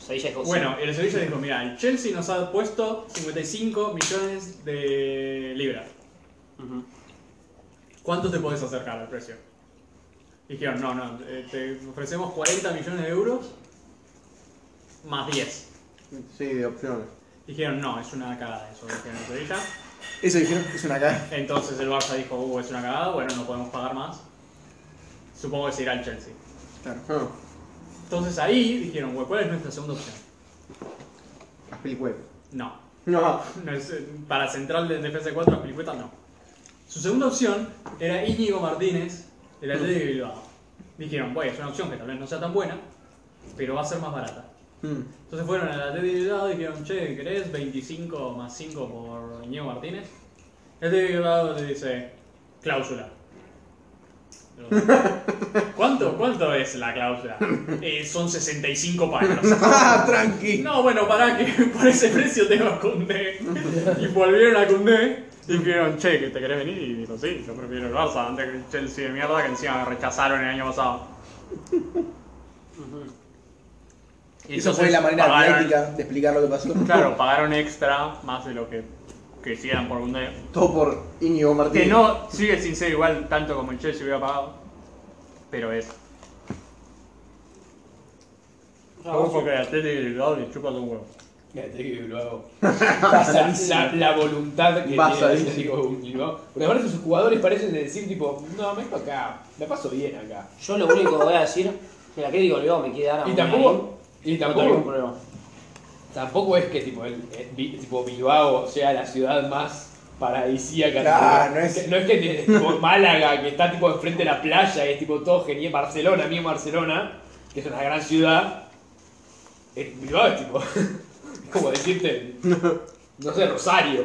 Sevilla es Bueno, el Sevilla dijo, mira, el Chelsea nos ha puesto 55 millones de libras. Ujú. ¿Cuánto te podés acercar al precio? Dijeron, no, no, eh, te ofrecemos 40 millones de euros más 10. Sí, de opciones. Dijeron, no, es una cagada eso, dijeron en Sevilla. Eso dijeron, es una cara. Entonces el Barça dijo, uh, es una cagada, bueno, no podemos pagar más. Supongo que se irá al Chelsea. Ah, Entonces ahí dijeron, "Bueno, ¿cuál es nuestra segunda opción? Aspilicueta. No, No, No es- eh, para central de defensa 4, Aspilicueta no. Su segunda opción era Íñigo Martínez, del Atlético de Bilbao. Dijeron, bueno, es una opción que tal vez no sea tan buena, pero va a ser más barata. Mm. Entonces fueron al Atlético de Bilbao y dijeron, che, ¿querés 25 más 5 por Íñigo Martínez? El Atlético de Bilbao le dice, cláusula. ¿Cuánto, ¿Cuánto es la cláusula? "Eh, son 65 palos. ¡Ah, tranqui! No, bueno, pará, que por ese precio tengo a Cundé. Y volvieron a Cundé y dijeron, che, que te querés venir. Y dijo, sí, yo prefiero el Barça antes que el Chelsea de mierda que encima me rechazaron el año pasado. Y Eso entonces fue la manera pagaron- atlética de explicar lo que pasó. Claro, pagaron extra más de lo que que hicieran por Cundé. todo por Íñigo Martínez. Que no sigue sin ser igual tanto como el Chelsea hubiera pagado. Pero es. Ojo que el Atlético de Bilbao le chupa un huevo. Mira, te digo que lo hago. la, la, la voluntad que tiene el Basadísimo. Atlético de Bilbao. Porque aparte sus jugadores parecen decir tipo, no, me vengo acá, la paso bien acá. Yo lo único que voy a decir, que la crítica luego me quiere dar a Y mí tampoco, y ahí, no tengo ningún tampoco, problema. tampoco es que tipo, el, eh, Bi- tipo Bilbao sea la ciudad más paradisíaca. Nah, tipo, no es- que- no es que tiene, tipo Málaga, que está tipo enfrente de la playa, que es tipo todo genial. Barcelona, a mí en Barcelona, que es una gran ciudad. eh, Bilbao es tipo, es como decirte, no sé, Rosario.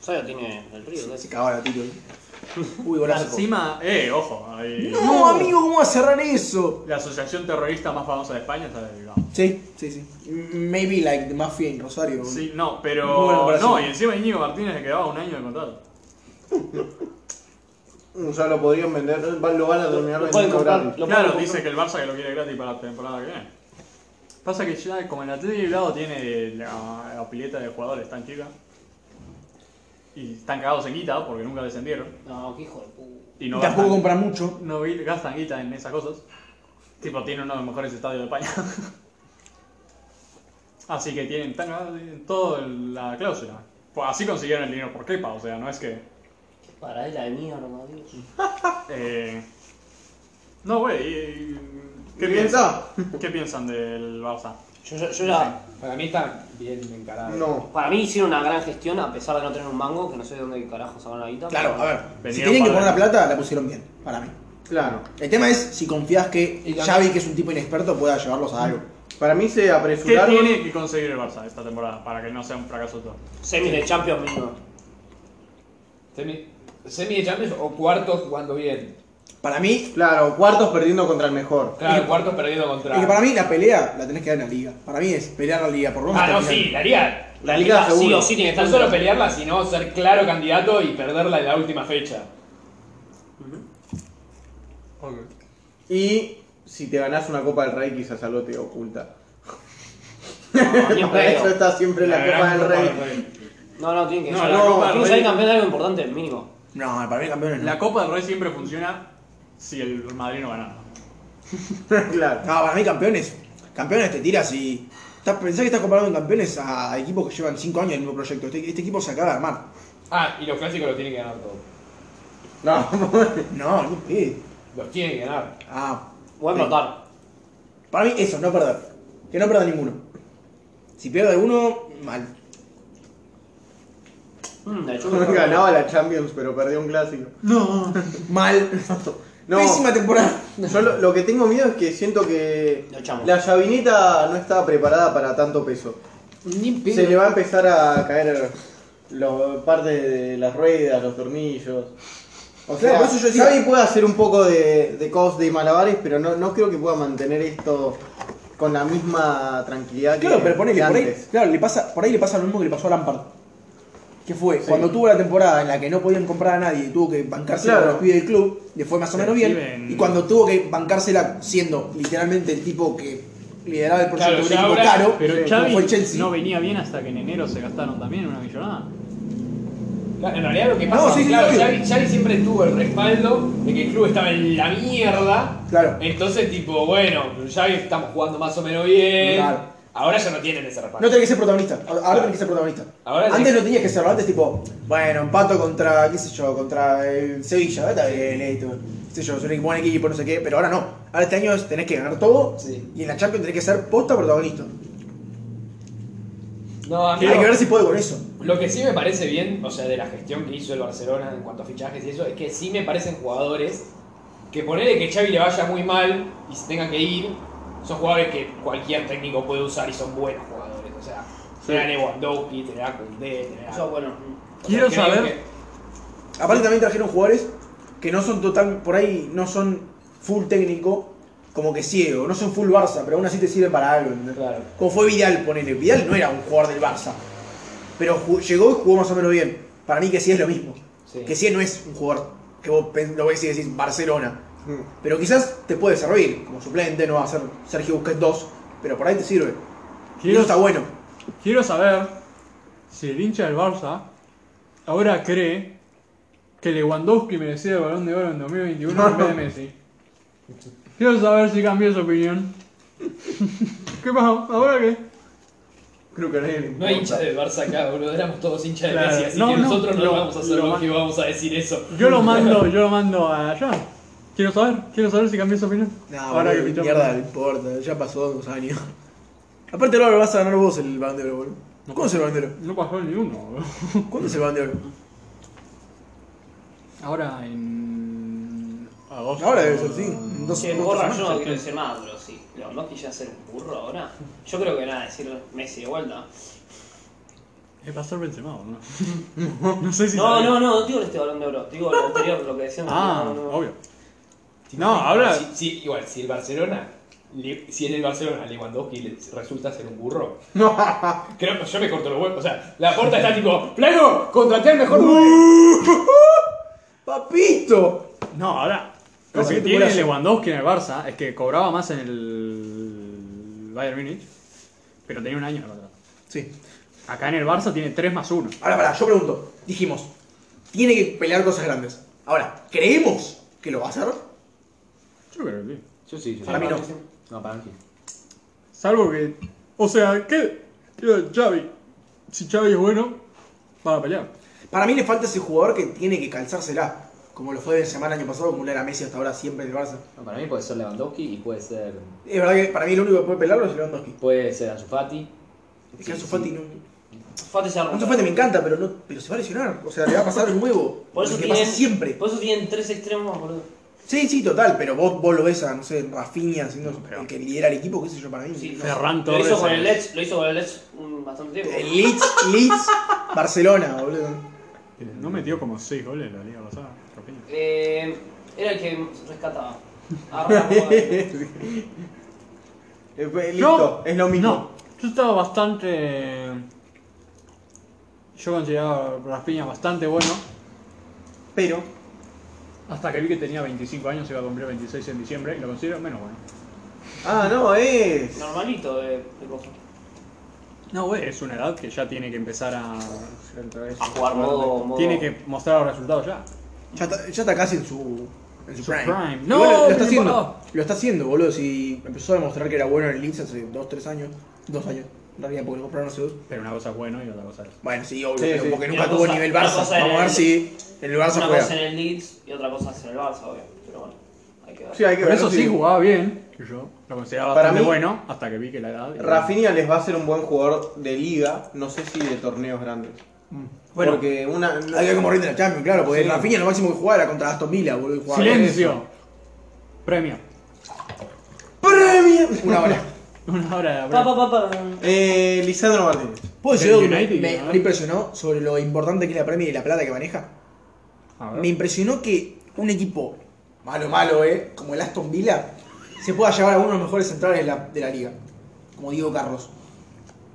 Sabio tiene el río, ¿no? Se cagaba la tiro. Uy, golazo. Encima, eh, ojo. ahí- No, amigo, ¿cómo va a cerrar eso? La asociación terrorista más famosa de España es la de Bilbao. Sí, sí, sí. Maybe like the Mafia en Rosario. Sí, no, Muy buena pero. comparación. No, y encima Íñigo Martínez le quedaba un año de contrato. O sea, lo podrían vender, van- lo van a terminar Lo pueden vendiendo comprar, gratis. lo pueden Claro, comprar. dice que el Barça que lo quiere gratis para la temporada que viene. Pasa que ya, como el Atlético de Bilbao tiene la, la pileta de jugadores tan chica, y están cagados en guita porque nunca descendieron, No, qué hijo de puta. y Y no, tampoco gastan, compran mucho. no vi- gastan guita en esas cosas, tipo, tiene uno de los mejores estadios de España. Así que tienen tan cagados en toda la cláusula. Pues así consiguieron el dinero por Kepa, o sea, no es que. Qué paradela de mierda, Dios. Eh... No, güey. eh, ¿Qué, ¿Qué piensan? piensa? ¿Qué piensan del Barça? Yo, yo, yo ya, Para mí está bien encarado. No. para mí hicieron una gran gestión a pesar de no tener un mango, que no sé de dónde carajo sacaron la guita. Claro, pero- a ver. si Venían tienen que para- poner la plata, la pusieron bien, para mí. Claro. El tema es si confías que Y también- Xavi, que es un tipo inexperto, pueda llevarlos a algo. Para mí se ¿Qué apresuraron. tiene que conseguir el Barça esta temporada para que no sea un fracaso todo? Semis de Champions mismo. Semi, semi de Champions o cuartos jugando bien. Para mí, Claro, cuartos perdiendo contra el mejor. Claro, cuartos perdido contra. es que para mí la pelea la tenés que dar en la liga. Para mí es pelear la liga, por lo menos. ah, hasta no, el final. sí, la liga. La liga sí seguro. o sí tiene que No estar solo pelearla, sino ser claro candidato y perderla en la última fecha. Y si te ganás una Copa del Rey, quizás algo te oculta. No, Ni en no, Para eso pedo. está siempre la, Copa del Rey. No, no, tiene que No, ser. la Copa del tiene que Rey- salir campeón de algo importante, mínimo. No, para mí campeones no. La Copa del Rey siempre funciona si el Madrid no gana. claro. No, para mí campeones. Campeones te tiras y. Estás, pensás que estás comparando en campeones a equipos que llevan 5 años en el mismo proyecto. Este, este equipo se acaba de armar. Ah, y los clásicos los tienen que ganar todos. No, No, ni pedo. Los tienen que ganar. Ah, Buen Sí. portar. para mí eso, no perder. Que no pierda ninguno. Si pierde alguno, mal. Mm, la chupa. ganaba la Champions, pero perdió un clásico. No. Mal. No. Pésima temporada. Yo lo, lo que tengo miedo es que siento que Lo echamos. la llavineta no estaba preparada para tanto peso. Ni en pedo. Se le va a empezar a caer lo- parte de las ruedas, los tornillos. O sea, Claro, por eso yo decía- Xavi puede hacer un poco de, de cos de malabares, pero no, no creo que pueda mantener esto con la misma tranquilidad que, Claro, pero ponele, que por ahí, antes. claro, le pasa, por ahí le pasa lo mismo que le pasó a Lampard. Que fue, cuando tuvo la temporada en la que no podían comprar a nadie y tuvo que bancársela Claro. con los pibes del club, le fue más o Se menos bien. exhiben. Y cuando tuvo que bancársela siendo literalmente el tipo que lideraba el proyecto Claro, de un ya equipo ahora- caro, Pero Sí, como fue el Xavi Chelsea. no venía bien hasta que en enero se gastaron también una millonada. Claro, En realidad lo que pasa No, es sí, que sí, claro, sí. Xavi- Xavi siempre tuvo el respaldo de que el club estaba en la mierda. Claro. Entonces, tipo, bueno, Xavi estamos jugando más o menos bien. Claro. Ahora ya no tienen ese respaldo. No tenés que ser protagonista. Ahora ahora tenés que ser protagonista. Ahora tenés- antes no tenías que serlo, antes tipo, bueno, empato contra, qué sé yo, contra el Sevilla, ¿verdad? está bien, listo. Qué sé yo, es un buen equipo, no sé qué, pero ahora no. Ahora este año es- tenés que ganar todo Sí. y en la Champions tenés que ser posta protagonista. Ah, No, a mí Hay lo- que ver si puede con eso. Lo que sí me parece bien, o sea, de la gestión que hizo el Barcelona en cuanto a fichajes y eso, es que sí me parecen jugadores que ponerle que Xavi le vaya muy mal y se tenga que ir, son jugadores que cualquier técnico puede usar y son buenos jugadores. O sea, tener a Lewandowski, tener a Koundé, tener a... Eso es bueno. o sea, Quiero creo saber- que- Aparte también trajeron jugadores que no son total, por ahí no son full técnico, como que ciego, no son full Barça, pero aún así te sirven para algo. ¿entendés? Claro. Como fue Vidal, ponele. Vidal no era un jugador del Barça, pero ju- llegó y jugó más o menos bien. Para mí que sí es lo mismo. Sí. Que sí no es un jugador que vos pen- lo ves y decís Barcelona. Mm. Pero quizás te puede servir como suplente, no va a ser Sergio Busquets 2, pero por ahí te sirve. Y eso está bueno. Quiero saber si el hincha del Barça ahora cree que Lewandowski merecía el balón de oro en 2021 en vez de Messi. Quiero saber si cambió su opinión. ¿Qué pasó? ¿Ahora qué? Creo que a nadie le No hay importa. hinchas del Barça acá, boludo, éramos todos hinchas de Claro. Messi, así No, que no, nosotros no lo- vamos a hacer lo lo ma- que vamos a decir eso. Yo lo mando, yo lo mando allá. Quiero saber, quiero saber si cambió su opinión. ahora que boludo, pichó. mierda, no importa, ya pasó dos años. Aparte ahora lo vas a ganar vos el Balón de Oro, boludo. ¿Cuándo es el Balón de Oro? No pasó ni uno. boludo. ¿Cuándo es el Balón de Oro? Ahora en agosto. Ahora debe ser, sí. En dos- Che, dos burro, semanas. yo no quiero decir nada, pero sí. Lewandowski ya ser un burro ahora. Yo creo que nada, decir Messi de vuelta. Es pasó el Benzema, ¿o ¿no? No sé si. No, sabía. no, no, no digo este balón de oro. Digo lo anterior, lo que decíamos. Ah, No, no. obvio. No, ahora. Si- si- igual, si el Barcelona, le- si en el Barcelona Lewandowski le resulta ser un burro, creo que yo me corto los huevos. O sea, la puerta está tipo, plano, contraté al Uh". mejor nueve". ¡Papito! No, ahora. Lo Pasa que que tu tiene brazo- Lewandowski en el Barça es que cobraba más en el Bayern Múnich, pero tenía un año de contrato. Sí. Acá en el Barça tiene 3 más 1. Ahora, pará, yo pregunto. Dijimos, tiene que pelear cosas grandes. Ahora, ¿creemos que lo va a hacer? Yo creo que sí. Yo sí, yo Para sí. mí no. No, para mí sí. Salvo que. O sea, ¿qué? Tío, Xavi. Si Xavi es bueno, van a pelear. Para mí le falta ese jugador que tiene que calzársela. Como lo fue Benzema el año pasado, como lo era Messi hasta ahora siempre en el Barça. No, para mí puede ser Lewandowski y puede ser. Es verdad que para mí el único que puede pelearlo es Lewandowski. Puede ser Ansu Fati. Es Sí, que Ansu sí. Fati no... Fati se arruinó. Ansu Fati me encanta, pero, no, pero se va a lesionar. O sea, le va a pasar el nuevo. Por eso que tienen. pasa siempre. Por eso tienen tres extremos, boludo. Sí, sí, total, pero vos, vos lo ves a, no sé, Rafinha siendo Pero- el que lidera el equipo, qué sé yo, para mí. Sí, no. Ferran Lo Torres. hizo con es- el Leeds, lo hizo con el Leeds un bastante tiempo. El Leeds, Leeds, Barcelona, boludo. Eh, No metió como 6 goles en la liga pasada. Rafinha. Eh, era el que rescataba. Arranca, joder. Eh, pues, Listo, es lo mismo. No, yo estaba bastante. Yo consideraba a Rafinha bastante bueno. Pero. Hasta que vi que tenía 25 años, iba a cumplir 26 en diciembre y lo considero menos bueno. Ah, no, es. eh, Normalito de, de cojo. No, güey. Es una edad que ya tiene que empezar a. A jugar modo- modo- Tiene que mostrar los resultados ya. Ya está, ya está casi en su, en su Su prime. prime. Igual No, lo, pero está no haciendo, importa. lo está haciendo, boludo. Si empezó a demostrar que era bueno en el Leeds hace 2, 3 años. 2 años, en realidad, porque lo compraron hace 2. Pero una cosa es bueno y otra cosa es. Bueno, sí, obvio, Sí, pero sí. porque Y nunca una tuvo cosa- nivel una Barça. Vamos cosa en a ver el- si en el Barça Una juega. cosa en el Leeds y otra cosa en el Barça, obvio. Pero bueno, hay que ver. Sí, hay que Por ver, eso ¿no? sí Si- jugaba bien. que Yo lo consideraba Para bastante mí, bueno hasta que vi que la edad. Eh, Rafinha les va a ser un buen jugador de liga, no sé si de torneos grandes. Bueno. porque una. no- Hay que ver cómo rinde la Champions, claro, porque Sí. Rafinha lo máximo que jugaba era contra Aston Villa, boludo. y jugaba ¡Silencio! Premio. ¡Premio! eso. Una hora. Una hora de Pa, premio. pa, pa, pa. Eh, Lisandro Martínez. ¿Puedo decir Del algo que me, United, me ¿no? me impresionó sobre lo importante que es la Premier y la plata que maneja? A ver. Me impresionó que un equipo malo, malo, ¿eh? Como el Aston Villa, se pueda llevar a uno de los mejores centrales de la, de la liga. Como Diego Carlos.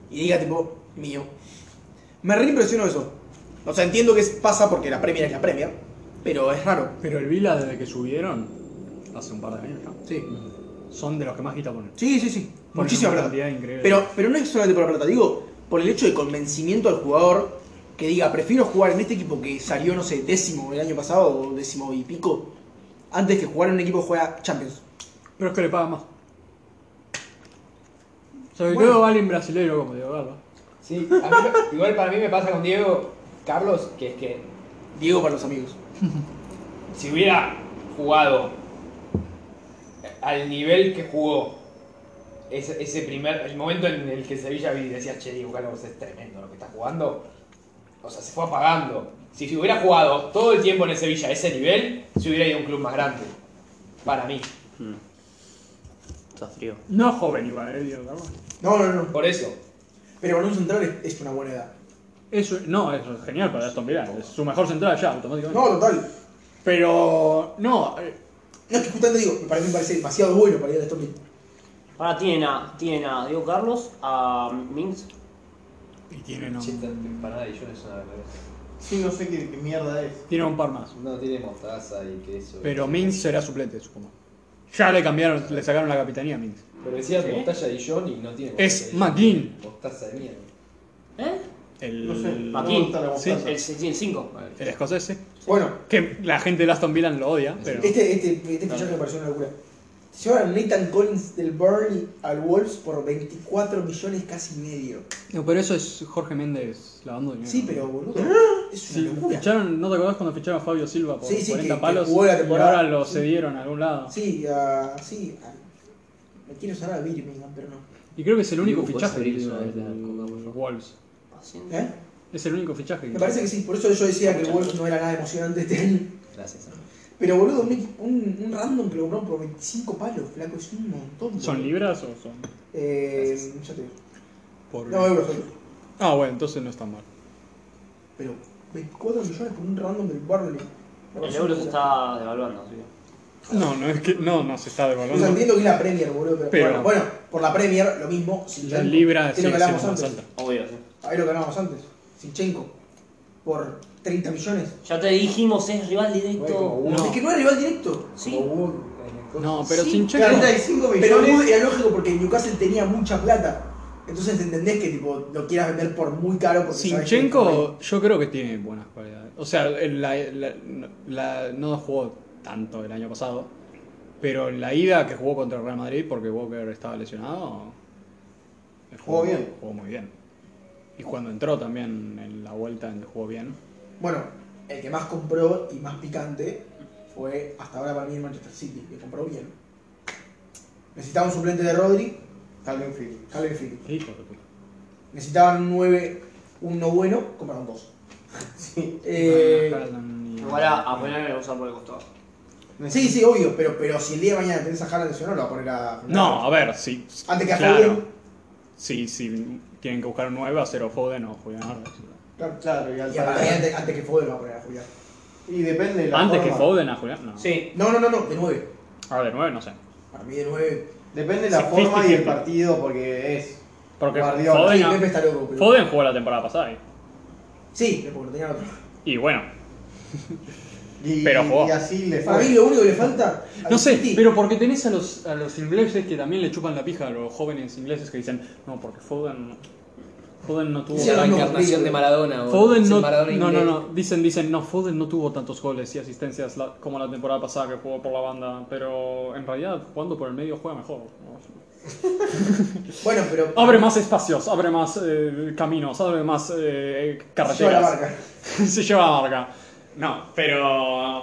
Y diga, tipo, mío. Me re impresionó eso. O sea, entiendo que es- pasa porque la Premier es la Premier, pero es raro. Pero el Vila, desde que subieron, hace un par de años ya, Sí. son de los que más guita ponen. Sí, sí, sí. Ponen Muchísima una plata. cantidad increíble. Pero, pero no es solamente por la plata, digo, por el hecho de convencimiento al jugador que diga, prefiero jugar en este equipo que salió, no sé, décimo el año pasado o décimo y pico, antes que jugar en un equipo que juega Champions. Pero es que le pagan más. Sobre Bueno. todo vale en brasileño como Diego Galva. Sí, a mí me- igual para mí me pasa con Diego Carlos, que es que Diego para los amigos. si hubiera jugado al nivel que jugó ese, ese primer, el momento en el que Sevilla vi- decía, che, Diego Carlos es tremendo lo que está jugando, o sea, se fue apagando. Si se hubiera jugado todo el tiempo en el Sevilla a ese nivel, se hubiera ido a un club más grande. Para mí. Está frío. No es joven igual, eh, Diego Galva. No, no, no. Por eso. Pero para un central es, es una buena edad. Eso, no, eso es genial para Aston Villa. Es su mejor central ya, automáticamente. No, total. Pero, no, eh, No, es que justamente digo, me parece, me parece demasiado bueno para ir al Aston Villa. Ahora tienen a, tienen a Diego Carlos, a Minx. y tiene, no, Cheta, empanada y yo es una vergüenza. Sí, no sé qué, qué mierda es. tiene un par más. No, tiene mostaza y queso. Pero Minx será suplente, supongo. Ya le cambiaron, le sacaron la capitanía a Minx. Pero decía mostaza de John y no tiene mostaza Es de Dijon. McGinn. Mostaza de mierda. ¿Eh? El, No sé, no me Maquin. gusta la Sí. mostaza. El 5. el escocés, sí. Bueno, Que la gente de Aston Villa lo odia, pero... este, este, este fichaje me pareció una locura. Se llevan a Nathan Collins del Burnley al Wolves por 24 millones casi medio. No, pero eso es Jorge Méndez lavando dinero. Sí, pero boludo, es una ¿Eh? Sí, locura. ficharon, ¿No te acordás cuando ficharon a Fabio Silva por Sí, sí, 40 que- que palos? jugó la y temporada. ahora lo Sí. cedieron a algún lado. Sí, ah, sí. ah, me quiero sonar a Birmingham, pero no. Y creo que es el único Digo, fichaje que puede hizo ser, el, ¿no? el Wolves. ¿Eh? Es el único fichaje que Me parece que sí, por eso yo decía que el Wolves no era nada emocionante este año. Gracias. Pero boludo, un, equi- un, un random que lo compraron por 25 palos, flaco, es un montón. ¿Son boludo. libras o son...? Eh, ya te digo. Por... No, euros, euros. Ah, bueno, entonces no está mal. Pero 24 millones por un random del Burnley. Me El parece euro una se locura. está devaluando, así que- No, no es que... No, no se está O sea, devaluando. entiendo que es la Premier, boludo, pero, Pero- bueno, bueno, por la Premier lo mismo. La Zinchenko. libra Es sí, lo que siendo hablábamos más antes. alta. Obvio, sí. A ver lo que hablábamos antes. Sinchenko. Por 30 millones. Ya te dijimos, es rival directo. No. Es que no era rival directo. Sí. No, pero Sí, sin claro. cheque... 35 Pero millones. era lógico porque Newcastle tenía mucha plata. Entonces entendés que tipo lo quieras vender por muy caro porque sabes que- Sinchenko yo creo que tiene buenas cualidades. O sea, el- la, la- la- no jugó tanto el año pasado, pero en la ida que jugó contra el Real Madrid porque Walker estaba lesionado, él Jugó bien. Jugó muy bien. Y cuando entró también en la vuelta jugó bien. Bueno, el que más compró y más picante fue hasta ahora para mí el Manchester City, que compró bien. Necesitaba un suplente de Rodri, Calvin Phillips. Calvin Phillips. Necesitaban un 9, un no bueno, compraron dos. Eh, Sí. Haaland y- Igual a, a ponerme a usar por el costado. sí, sí, obvio, pero, pero si el día de mañana tenés a Haaland lesionado, lo va a poner a... No, a ver, sí. Antes que a claro. Foden. Sí, sí, tienen que buscar un 9 a 0 Foden o Julián Álvarez. Claro. Claro, y al Y a- parecer- antes, antes que Foden lo va a poner a Julián. Y depende de la Antes que forma. Foden a Julián, no. Sí. No, no, no, no, de 9. A ver, 9 no sé. Para mí de 9... Depende de la Sí, forma y el 50-50. partido, porque es. Porque Guardiola. Foden, Sí, a- Pepe está loco, pero... Foden jugó la temporada pasada. ¿eh? Sí, Pepe, porque lo tenía otro. Y bueno, Y, Pero jugó. y así le Para mí fue. lo único que le falta... al no sé, City- pero porque tenés a los, a los ingleses que también le chupan la pija a los jóvenes ingleses que dicen, no, porque Foden. Foden no tuvo. Es la reencarnación de Maradona. boludo. Foden Es el no, Maradona no, no, inglés. no, dicen, dicen, no, Foden no tuvo tantos goles y asistencias la- como la temporada pasada que jugó por la banda, pero en realidad jugando por el medio juega mejor. ¿no? Bueno, pero. Abre más espacios, abre más eh, caminos, abre más eh, carreteras. Lleva la marca. Se lleva la marca. No, pero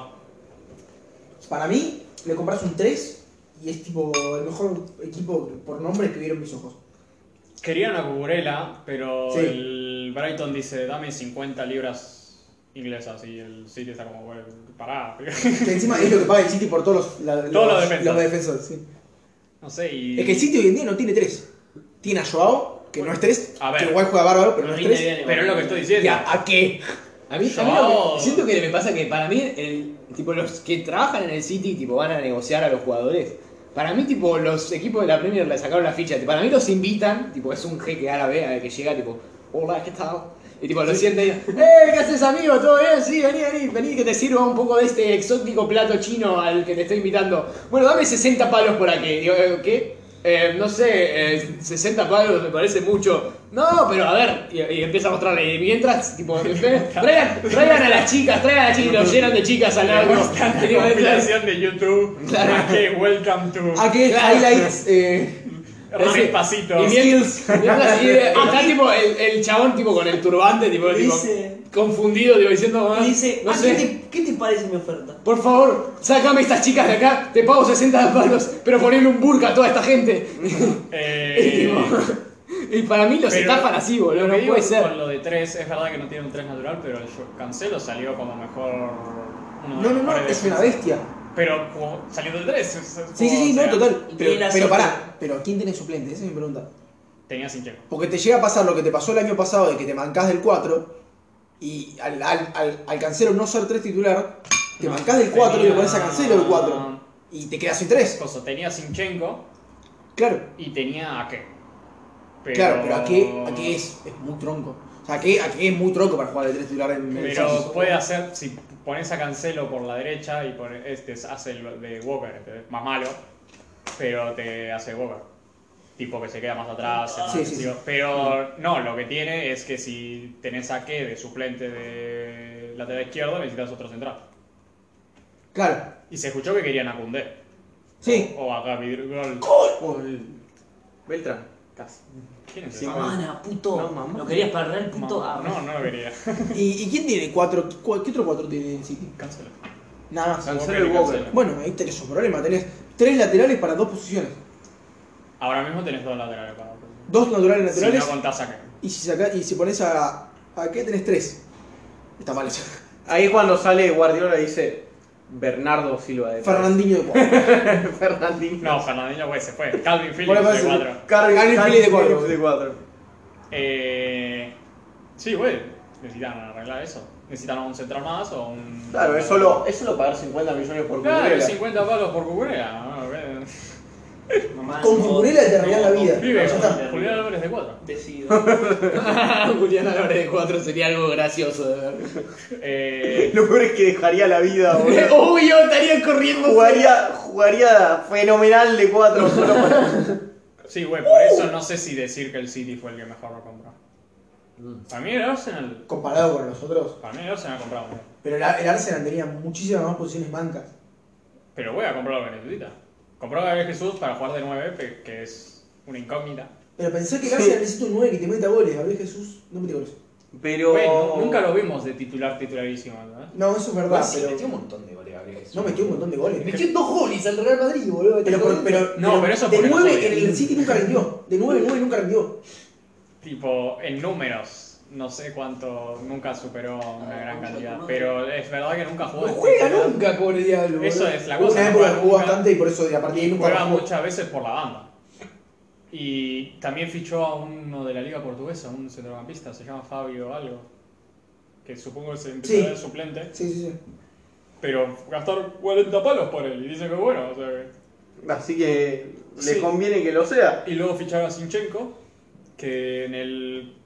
Para mí, le compras un 3 y es tipo el mejor equipo por nombre que vieron mis ojos. Quería una cuburela, pero Sí. el Brighton dice, dame 50 libras inglesas y el City está como, bueno, pará. Que encima es lo que paga el City por todos los, la- Todos los defensas. los defensores. sí. no sé, y... Es que el City hoy en día no tiene tres. Tiene a Joao, que no es tres, A ver. que igual juega bárbaro, pero no es Rinde tres. bien, igual. Pero es lo que estoy diciendo. ¿A qué? A mí, a mí lo que- siento que me pasa que para mí, el, tipo, los que trabajan en el City tipo, van a negociar a los jugadores. Para mí, tipo, los equipos de la Premier le sacaron la ficha. tipo, Para mí los invitan, tipo, es un jeque árabe a que llega, tipo, hola, ¿qué tal? Y tipo, lo siente y ¡eh, qué haces, amigo! ¿Todo bien? Sí, vení, vení, vení, que te sirva un poco de este exótico plato chino al que te estoy invitando. Bueno, dame 60 palos por aquí. Digo, "Eh, ¿qué? Eh, no sé, eh, 60 palos me parece mucho. No, pero a ver, y, y empieza a mostrarle. Y mientras, tipo, traigan, traigan a las chicas, traigan a las chicas, y los llenan de chicas al lado. La Digo, "Ese- compilación de YouTube, Claro. más que Welcome to ¿A Ah, qué? Highlights. Eh, Rami Pasito. Y mientras, Ah, mientras- y está tipo el, el chabón tipo con el turbante, tipo, Ah, tipo, Dice- confundido, tipo, diciendo, Y dice, no "Ah, ¿qué, sé. te, qué te parece mi oferta? Por favor, sácame estas chicas de acá, te pago 60 palos, pero ponle un burka a toda esta gente. Eh, Y para mí los pero estafan así, boludo, lo que no digo puede ser. Con lo de 3, es verdad que no tiene un 3 natural, pero yo- Cancelo salió como mejor... uno de No, los no, no, mejores es una defensas. bestia. Pero jugó- salió del 3. sí, sí, sí, no, total. Y tiene Pero, la pero suerte. pará, pero ¿quién tiene suplente? Esa es mi pregunta. Tenía sin checo. Porque te llega a pasar lo que te pasó el año pasado de que te mancás del 4 y al, al, al, al cancelo no ser 3 titular, te No, mancás del 4 y tenía- lo pones a cancelo el 4 y te quedas sin 3. Cosa, tenía a Sinchenko Claro, y tenía a qué. claro, pero ¿a qué, a qué es? Es muy tronco. O sea, ¿a qué, a qué es muy tronco para jugar de 3 titular en en el Santos? Pero puede hacer, si pones a Cancelo por la derecha y pone- este hace el de Walker, ¿entendés? más malo, pero te hace Walker. Tipo que se queda más atrás, es más Sí, sí, defensivo. Pero no, lo que tiene es que si tenés a qué de suplente de lateral izquierdo, necesitas otro central. Claro, Y se escuchó que querían a Koundé. sí. O a Gabigol. Beltrán. Casi. ¿Quién es Sí, ese? Mamana, puto. No, mamá. Lo querías para el puto. No, Ah, no lo quería. ¿Y, y quién tiene 4? ¿Qué otro 4 tiene el City? Cancelo. Nada más. Cancelo y Walker. Bueno, ahí tenés un problema. Tenés 3 laterales para 2 posiciones. Ahora mismo tenés dos laterales para 2 naturales Si naturales. no contás acá. Y si, saca, y si pones a. ¿A qué tenés tres? Está mal eso. Ahí es cuando sale Guardiola y dice Bernardo Silva de tres. Fernandinho de cuatro. Fernandinho. No, Fernandinho güey, se fue. Calvin Bueno, Phillips pues, de parece- 4. Carri- Carri- Carri- Phillips de cuatro. Phillips de cuatro. Eh, sí, güey. Necesitan arreglar eso. Necesitan un central más o un. Claro, es solo, es solo pagar 50 millones por Claro, Cucurella. 50 palos por Cucurea. ¿no? Ve- mamá, Con no, Cucurella te arreglan la vida. Vive, Ya está. Julián Álvarez de 4. Decido. Julián Álvarez de 4 sería algo gracioso de ver. Eh, Lo peor es que dejaría la vida, boludo. Uy, yo estaría corriendo. Jugaría, jugaría fenomenal de 4 solo para. sí, güey, por eso no sé si decir que el City fue el que mejor lo compró. Mm. Para mí el Arsenal. Comparado con los otros. Para mí el Arsenal ha comprado, güey. Pero la- el Arsenal tenía muchísimas más posiciones mancas. Pero voy a comprar lo que necesita. Compró a Gabriel Jesús para jugar de 9, que- que es una incógnita. Pero pensé que el Arsenal necesita un 9 que te meta goles. Gabriel Jesús no mete goles. Pero. Bueno, nunca lo vimos de titular titularísimo, ¿no? No, eso es Pues verdad. pero metió un montón de goles, Gabriel Jesús. No metió un montón de goles. Metió dos goles al Real Madrid, boludo. Pero, por- pero, No, pero eso de porque no 9 podía. en el City nunca rindió. De 9 en 9 nunca rindió. Tipo, en números, no sé cuánto, nunca superó una gran vamos a cantidad. tomar. Pero es verdad que nunca jugó. No de juega titular. nunca, pobre diablo. Eso boludo. es la Hubo cosa. una no época que juega jugó nunca. bastante y por eso a partir de ahí nunca Juega más jugó. muchas veces por la banda. Y también fichó a uno de la Liga Portuguesa, un centrocampista, se llama Fabio algo. Que supongo que se empezó Sí. a dar suplente. Sí, sí, sí. Pero gastaron 40 palos por él. Y dice que bueno, o sea que- Así que le Sí. conviene que lo sea. Y luego ficharon a Sinchenko, que en el,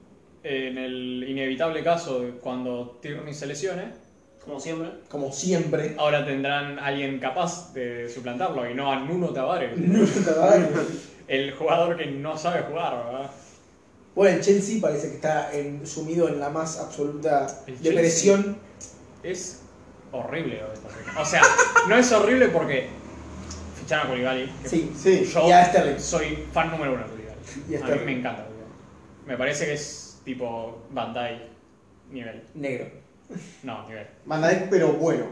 en el inevitable caso de cuando Tierney se lesione, Como siempre. Como siempre. ahora tendrán alguien capaz de suplantarlo y no a Nuno Tavares, No, la verdad que- el jugador que no sabe jugar, ¿verdad? Bueno, el Chelsea parece que está en- sumido en la más absoluta El depresión. Es horrible lo de esta selección. O sea, no es horrible porque ficharon a Koulibaly. que Sí, Sí, Yo y a Sterling. soy fan número uno de Koulibaly. Y a A mí Sterling. me encanta Koulibaly. Me parece que es tipo Bandai nivel. Negro. No, nivel. Van Dijk, pero bueno.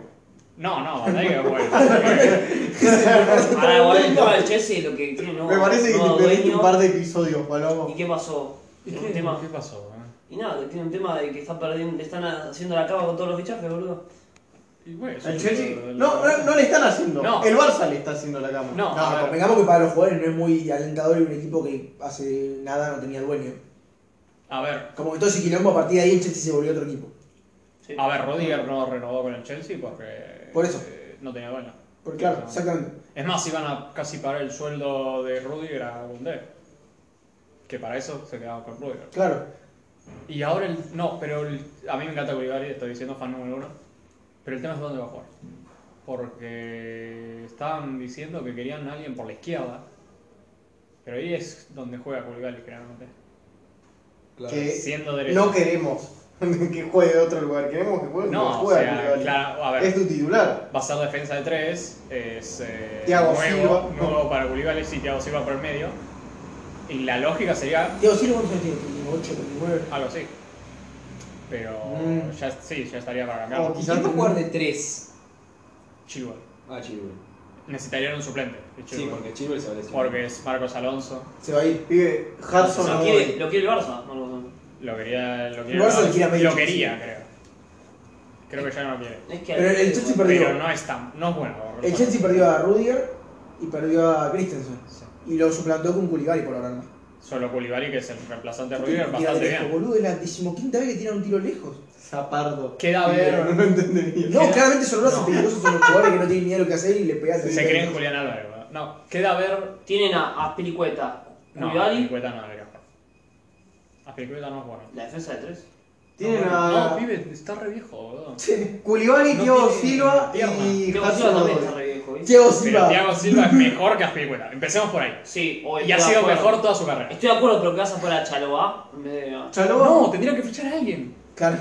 No, no, Bandai es bueno. Bueno, Ahora, igual el tema del Chelsea, lo que tiene no. Me parece que no te perdiste dueño. un par de episodios, Palomo. ¿Y qué pasó? Tiene un tema- ¿Qué pasó? eh? Y nada, que tiene un tema de que está perdiendo, le están ah, haciendo la cava con todos los fichajes, boludo. Y bueno, eso El es Chelsea. lo- lo- No, no, no le están haciendo. No. El Barça le está haciendo la cama. No, No, a ver, convengamos que para los jugadores no es muy alentador y un equipo que hace nada no tenía dueño. a ver, Como que todo ese quilombo a partir de ahí el Chelsea se volvió otro equipo. Sí. a ver, Rodiger no renovó con el Chelsea porque Por eso. eh, no tenía dueño. Porque claro, No. exactamente. Es más, iban a casi pagar el sueldo de Rudiger a Bundé. Que para eso se quedaba con Rudiger. Claro. Y ahora el. No, pero el- a mí me encanta Koulibaly, estoy diciendo fan número uno. Pero el tema es dónde va a jugar. Porque estaban diciendo que querían a alguien por la izquierda. Pero ahí es donde juega Koulibaly, generalmente. Que Siendo derecho. no queremos que juegue de otro lugar. Queremos que juegue donde No, o juega sea, Koulibaly. claro, a ver. Es tu titular. Va a ser defensa de tres, es eh, Thiago nuevo, Silva. nuevo para Koulibaly, sí, Thiago Silva por el medio. Y la lógica sería Diego Silva, ¿cuántos años tiene? ¿Tiene 8, 39? Algo así. Pero Mm. ya, sí, ya estaría para O cambiar. quizás ¿Quién va a jugar de 3? Chilwell. Ah, Chilwell. Necesitarían un suplente. de Sí, Chilwell. porque Chilwell se va a lesionar. Porque es Marcos Alonso. se va a ir. Pibe, O Hudson sea, no quiere- voy. lo quiere el Barça, no, no, no. Lo quería. Lo Igual se lo quería, quiere a lo, Bale, quería creo. Creo que ya no lo quiere. Es que Pero el Chelsea perdió. Pero no es tan. No es bueno. El Chelsea perdió a Rudiger y perdió a Christensen. Sí. Y lo suplantó con Koulibaly por ahora más. Solo Koulibaly, que es el reemplazante de Rudiger, Tira de bastante lejos, bien. boludo, es la decimoquinta vez que tiran un tiro lejos. Zapardo. Queda a No ver. lo entendería. No, claramente son los peligrosos, son los jugadores que no tienen ni idea de lo que hacer y le pegas el Se creen Julián Álvarez. ¿verdad? No, queda a ver. Tienen a, a Pelicueta, No, Koulibaly, Aspilicueta no debería jugar. Aspilicueta no es bueno. la defensa de tres. Tienen no, a. Ah. No, pibe, está re viejo, boludo. Koulibaly, No Thiago tiene Silva pierna. y Thiago Silva Hudson también está Odoi. re viejo, ¿viste? Diego Pero Silva. Thiago Silva es mejor que Aspilicueta. Empecemos por ahí. Sí, o Y ha estoy de sido acuerdo. mejor toda su carrera. Estoy de acuerdo, pero que vas a fuera a Chaloa en vez de a- Chalobah. No, tendrían que fichar a alguien. Claro.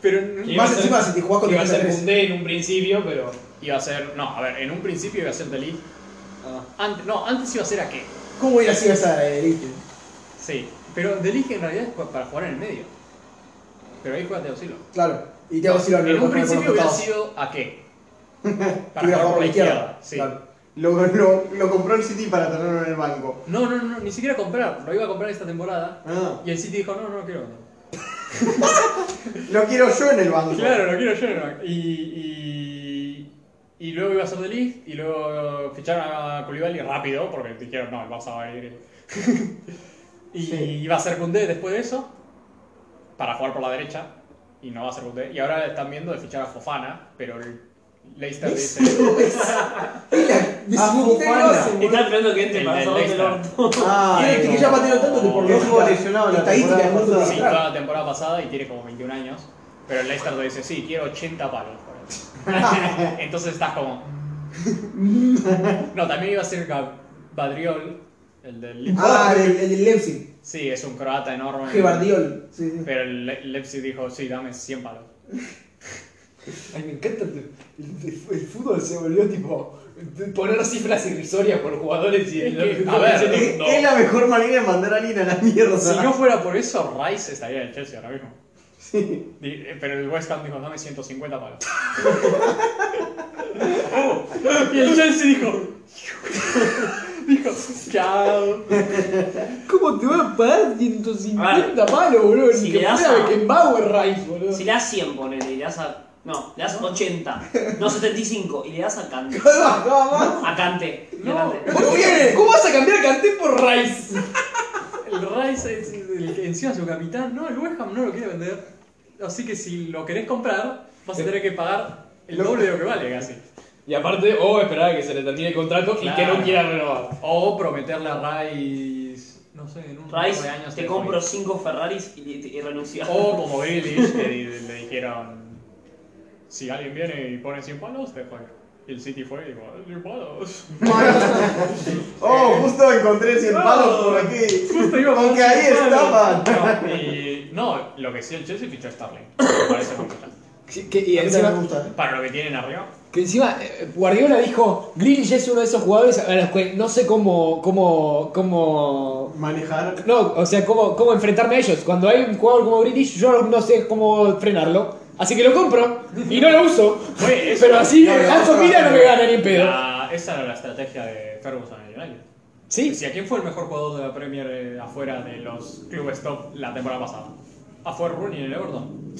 Pero Y no- iba a Más ser- encima si te jugás con Iba a defensa ser 3. Fundé en un principio, pero. iba a ser. No, a ver, en un principio iba a ser Delhi. Ah. Antes, no, antes iba a ser a qué. ¿Cómo hubiera sido esa eh, de Lichten? Sí. Pero Delhi en realidad es pa- para jugar en el medio. Pero ahí juega Teo Silva. Claro. Y Thiago Silva no En lo un puede poner principio por hubiera los costados. sido a qué. Para Hubiera jugar jugado por la izquierda. Sí. Claro. Lo, lo, lo compró el City para tenerlo en el banco. No, no, no, ni siquiera comprar. Lo iba a comprar esta temporada. Ah, Y el City dijo, no, no lo quiero. vender. lo quiero yo en el banco. Claro, lo quiero yo. ¿no? Y, y, y luego iba a ser de Leeds y luego ficharon a Koulibaly rápido porque dijeron, no, el Barça va a ir. y iba a ser Koundé después de eso para jugar por la derecha y no va a ser Koundé. Y ahora están viendo de fichar a Fofana, pero el Leicester dice... Es la decimoquinta que lo hacen, boludo. Está esperando que entre El para del sacarle el Leicester. orto. Ah, Tiene no. que ya patearon tanto que por Que estuvo lógica lesionado la estadística temporada es muy pasada. Sí, claro. toda la temporada pasada y tiene como 21 años, pero el Leicester te dice, sí, quiero 80 palos. por él". Entonces estás como... No, también iba a ser Gab- Badriol, el del Leipzig. Ah, el, el del Leipzig. Sí, es un croata enorme. Que Bardiol. Sí, sí. Pero el Le- Leipzig dijo, sí, dame 100 palos. Ay, me encanta. El, fútbol se volvió tipo. Poner cifras irrisorias por jugadores y. lo- lo que se Es, es la mejor manera de mandar a alguien a la mierda. Si no fuera por eso, Rice estaría en el Chelsea ahora mismo. Di- eh, Pero el West Ham dijo, dame 150 palos. y el Chelsea dijo, dijo, chao. ¿Cómo te va a pagar A 150 palos, boludo? si Ni le que das fuera a- Beckenbauer Rice, boludo. Si le das 100, ponele, y le das a. No, le das 80, no 75, y le das a Cante. A Cante. y a Kanté. ¿Cómo viene? ¿Cómo vas a cambiar Canté por Rice? El Rice es el que encima es su capitán. No, el West Ham no lo quiere vender. Así que si lo querés comprar, vas a tener que pagar el doble de lo que vale casi. Y aparte, o esperar a que se le termine el contrato y que Claro. no quiera renovar. O prometerle a Rice, no sé, en un par de Rice, años. te de Oh, compro 5 Ferraris y, y, y renuncias. O como Grealish, que di- le dijeron: Si alguien viene y pone 100 palos, te juega. Y el City fue y dijo, "Cien palos". Oh, justo encontré 100 palos por aquí. eh. Justo iba por Aunque ahí cien palos. estaban. No, y, no, lo que sí, el Chelsea fichó a Starling. Me parece complicante. Sí, que- y A mí también me encima, gusta. Para lo que tienen arriba. que encima eh, Guardiola dijo, Grealish es uno de esos jugadores a los que no sé cómo, cómo, cómo... Manejar. No, o sea, cómo, cómo enfrentarme a ellos. Cuando hay un jugador como Grealish, yo no sé cómo frenarlo. Así que lo compro y no lo uso. Fue eso. Pero así, No, no, Aston no, Villa no no, me gana ni en pedo. La- esa era la estrategia de Ferguson en el United. Sí, Si a quién fue el mejor jugador de la Premier eh, afuera de los clubes top la temporada pasada. Ah, fue Rooney en el Everton.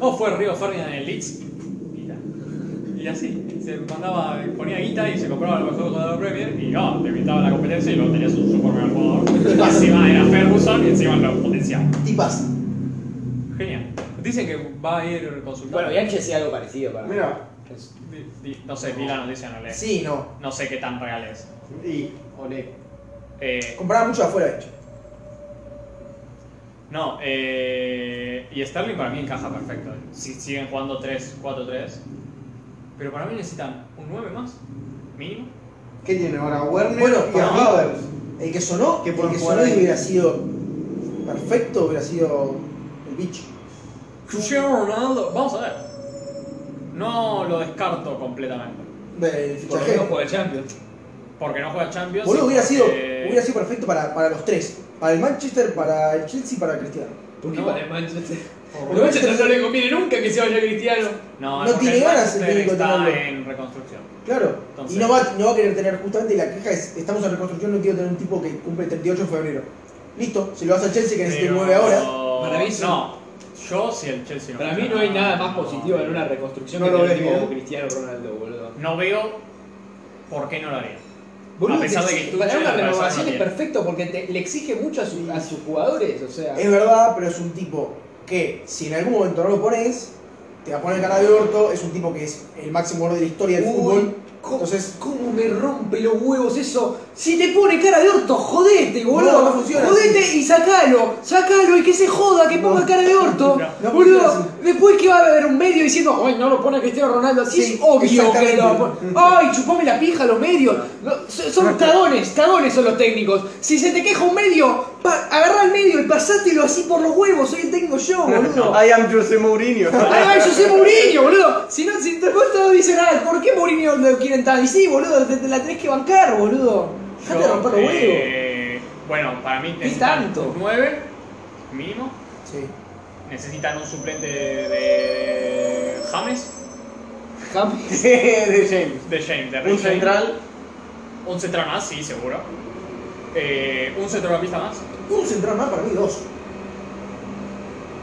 O fue Río Ferdinand en el Leeds. Mira. Y así, se mandaba, ponía guita y se compraba el mejor jugador de la Premier y no, te invitaba a la competencia y luego tenías un super mejor jugador. encima era Ferguson y encima lo potenciaba. Y pasa. Genial. Dicen que va a ir consultando. bueno, y Anche hacía algo parecido para mí. Mira. Di- di- No sé, vi la noticia, no leí. Sí, no. No sé qué tan real es. Y, olé. Eh, Compraba mucho de afuera, de hecho. No, eh, y Sterling para mí encaja perfecto. Si siguen jugando 3-4-3, pero para mí necesitan un 9 más, mínimo. ¿Qué tiene ahora? Werner Bueno, y a para mí- Havertz. El que sonó, Que el pueden que jugar sonó y ahí. hubiera sido perfecto, hubiera sido el bicho. Cristiano Ronaldo, vamos a ver. No lo descarto completamente. El Por lo menos fichaje. juega Champions. Porque no juega Champions. Boludo, y hubiera sido, porque- hubiera sido perfecto para, para los tres. Para el Manchester, para el Chelsea y para Cristiano. ¿Por qué No. para el Manchester? por- Al Manchester no le conviene nunca que se vaya Cristiano. No, no porque tiene ganas el Manchester técnico está tenerlo. en reconstrucción. Claro. Entonces- y no va, no va a querer tener justamente la queja es, estamos en reconstrucción, no quiero tener un tipo que cumple el 38 de febrero. Listo, se lo vas al Chelsea que necesita Pero- un 9 ahora. Para mí sí. No, yo sí el Chelsea. Para mí no hay nada más positivo en una reconstrucción No que lo tener ves tipo bien. Cristiano Ronaldo, boludo. No veo por qué no lo haría. Boludo, A pesar de que tú para ya una me parece renovación que es no tiene. perfecto porque te- le exige mucho a, su- a sus jugadores, o sea. Es verdad, pero es un tipo que si en algún momento no lo pones, te va a poner cara de orto, es un tipo que es el máximo jugador de la historia del Uy, fútbol. ¿cómo- Entonces- ¿cómo me rompe los huevos eso? Si te pone cara de orto, jodete, boludo. No, no funciona jodete y sacalo, sacalo y que se joda, que ponga cara de orto. no boludo, funciona después que va a haber un medio diciendo, ay, no lo pone Cristiano Ronaldo, así Sí, es obvio que exactamente. lo va a poner. Ay, chupame la pija los medios. No, so- son cagones, cagones son los técnicos. Si se te queja un medio, pa- agarrá el medio y pasátelo así por los huevos, soy el técnico yo, boludo. I am José Mourinho. ¡Ay, José Mourinho, boludo! Si no, si vos todos dicen, ah, ¿por qué Mourinho lo quieren tanto? Y sí, boludo, te, te la tenés que bancar, boludo. Dejate de Yo, romper los huevos. eh, bueno, para mí necesitan tanto? 9 mínimo. Sí. Necesitan un suplente de James, James. de James. de James, de Un Rick James. central. Un central más, sí, seguro. Eh, un centrocampista más. Un central más para mí, dos.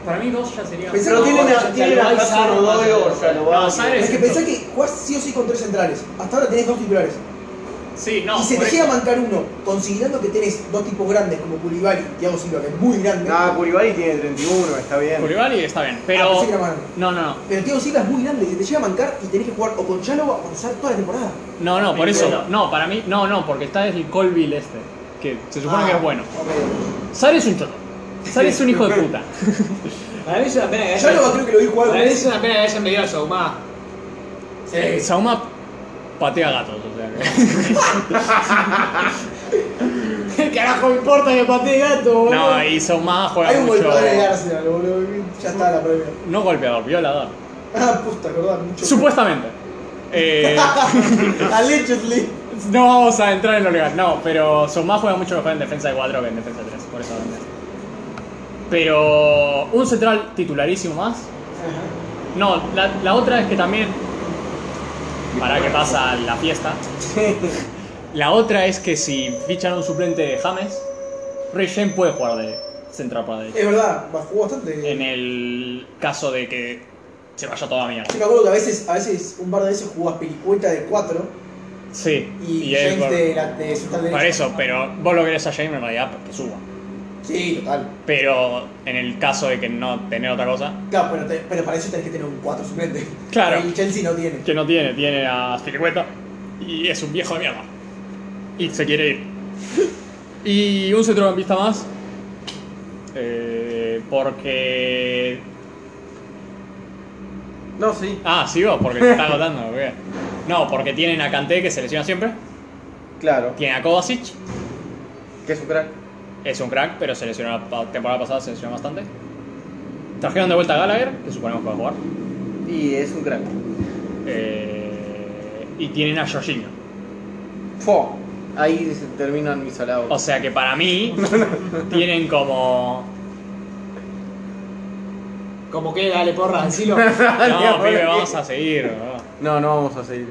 Para mí dos ya serían. Pensá Pero que tienen tiene- a- tienen a Hudson Odoi o No, Yalovaki. Sarri Es es que el pensá top. que jugás sí o sí con tres centrales. Hasta ahora tenés dos titulares. Sí, no. y se por te eso. llega a mancar uno, considerando que tenés dos tipos grandes como Koulibaly y Thiago Silva, que es muy grande. Nah, Curibari Ah, tiene 31, está bien. Koulibaly está bien, Ah, pero. pensé que era más grande. No, no, no. Pero Thiago Silva es muy grande, se te llega a mancar y tenés que jugar o con Chalova o con Sar toda la temporada. No, no, por eso. Bueno. No, para mí. No, no, porque está el Colville este. Que se supone Ah, que es bueno. ok. Sar es un choto. Sar es un hijo de puta. Para mí es una pena que hayan- Chalova creo que lo vi jugar. para mí es una pena que hayan metido a Saumá. Eh, Sauma patea gatos, o sea. que- ¿Qué carajo me importa que patee gato, boludo? No, y Sauma juega Oh. Hay un mucho. golpeador en el Arsenal, boludo. Ya está la previa. No golpeador, violador. Ah, puta, acordás mucho. Supuestamente. Eh, Allegedly. no vamos a entrar en lo legal, no, pero Sauma juega mucho mejor en defensa de 4 que en defensa de 3, por eso vende. Pero un central titularísimo más. No, la, la otra es que también. Para que pasa la fiesta. La otra es que si fichan un suplente de James, Regen puede jugar de central para derecha. Es verdad, jugó bastante. En el caso de que se vaya toda mierda. Yo me acuerdo que a veces, a veces un par de veces jugás pelicueta de 4 Sí, y, él James por, de, la, de central derecha. por eso, pero vos lo querés a James en realidad que suba. Sí, total. Pero en el caso de que no tener otra cosa, Claro, pero, te- pero para eso tenés que tener un 4 suplente. Claro. El Chelsea no tiene. que no tiene, tiene a Spilicueta y es un viejo de mierda. Y se quiere ir. Y un centrocampista más. eh, porque No, sí. Ah, sigo, porque se está agotando. muy bien. No, porque tienen a Kanté que se lesiona siempre. Claro. Tienen a Kovacic, Que es un crack. es un crack, pero se lesionó la pa- temporada pasada, se lesionó bastante. Trajeron de vuelta a Gallagher, que suponemos que va a jugar. Y es un crack. Eh, y tienen a Jorginho. Fo. Ahí se terminan mis halagos. O sea que para mí tienen como. Como que, dale porra, decilo. No, ahora pibe, qué. vamos a seguir. ¿no? No, no vamos a seguir.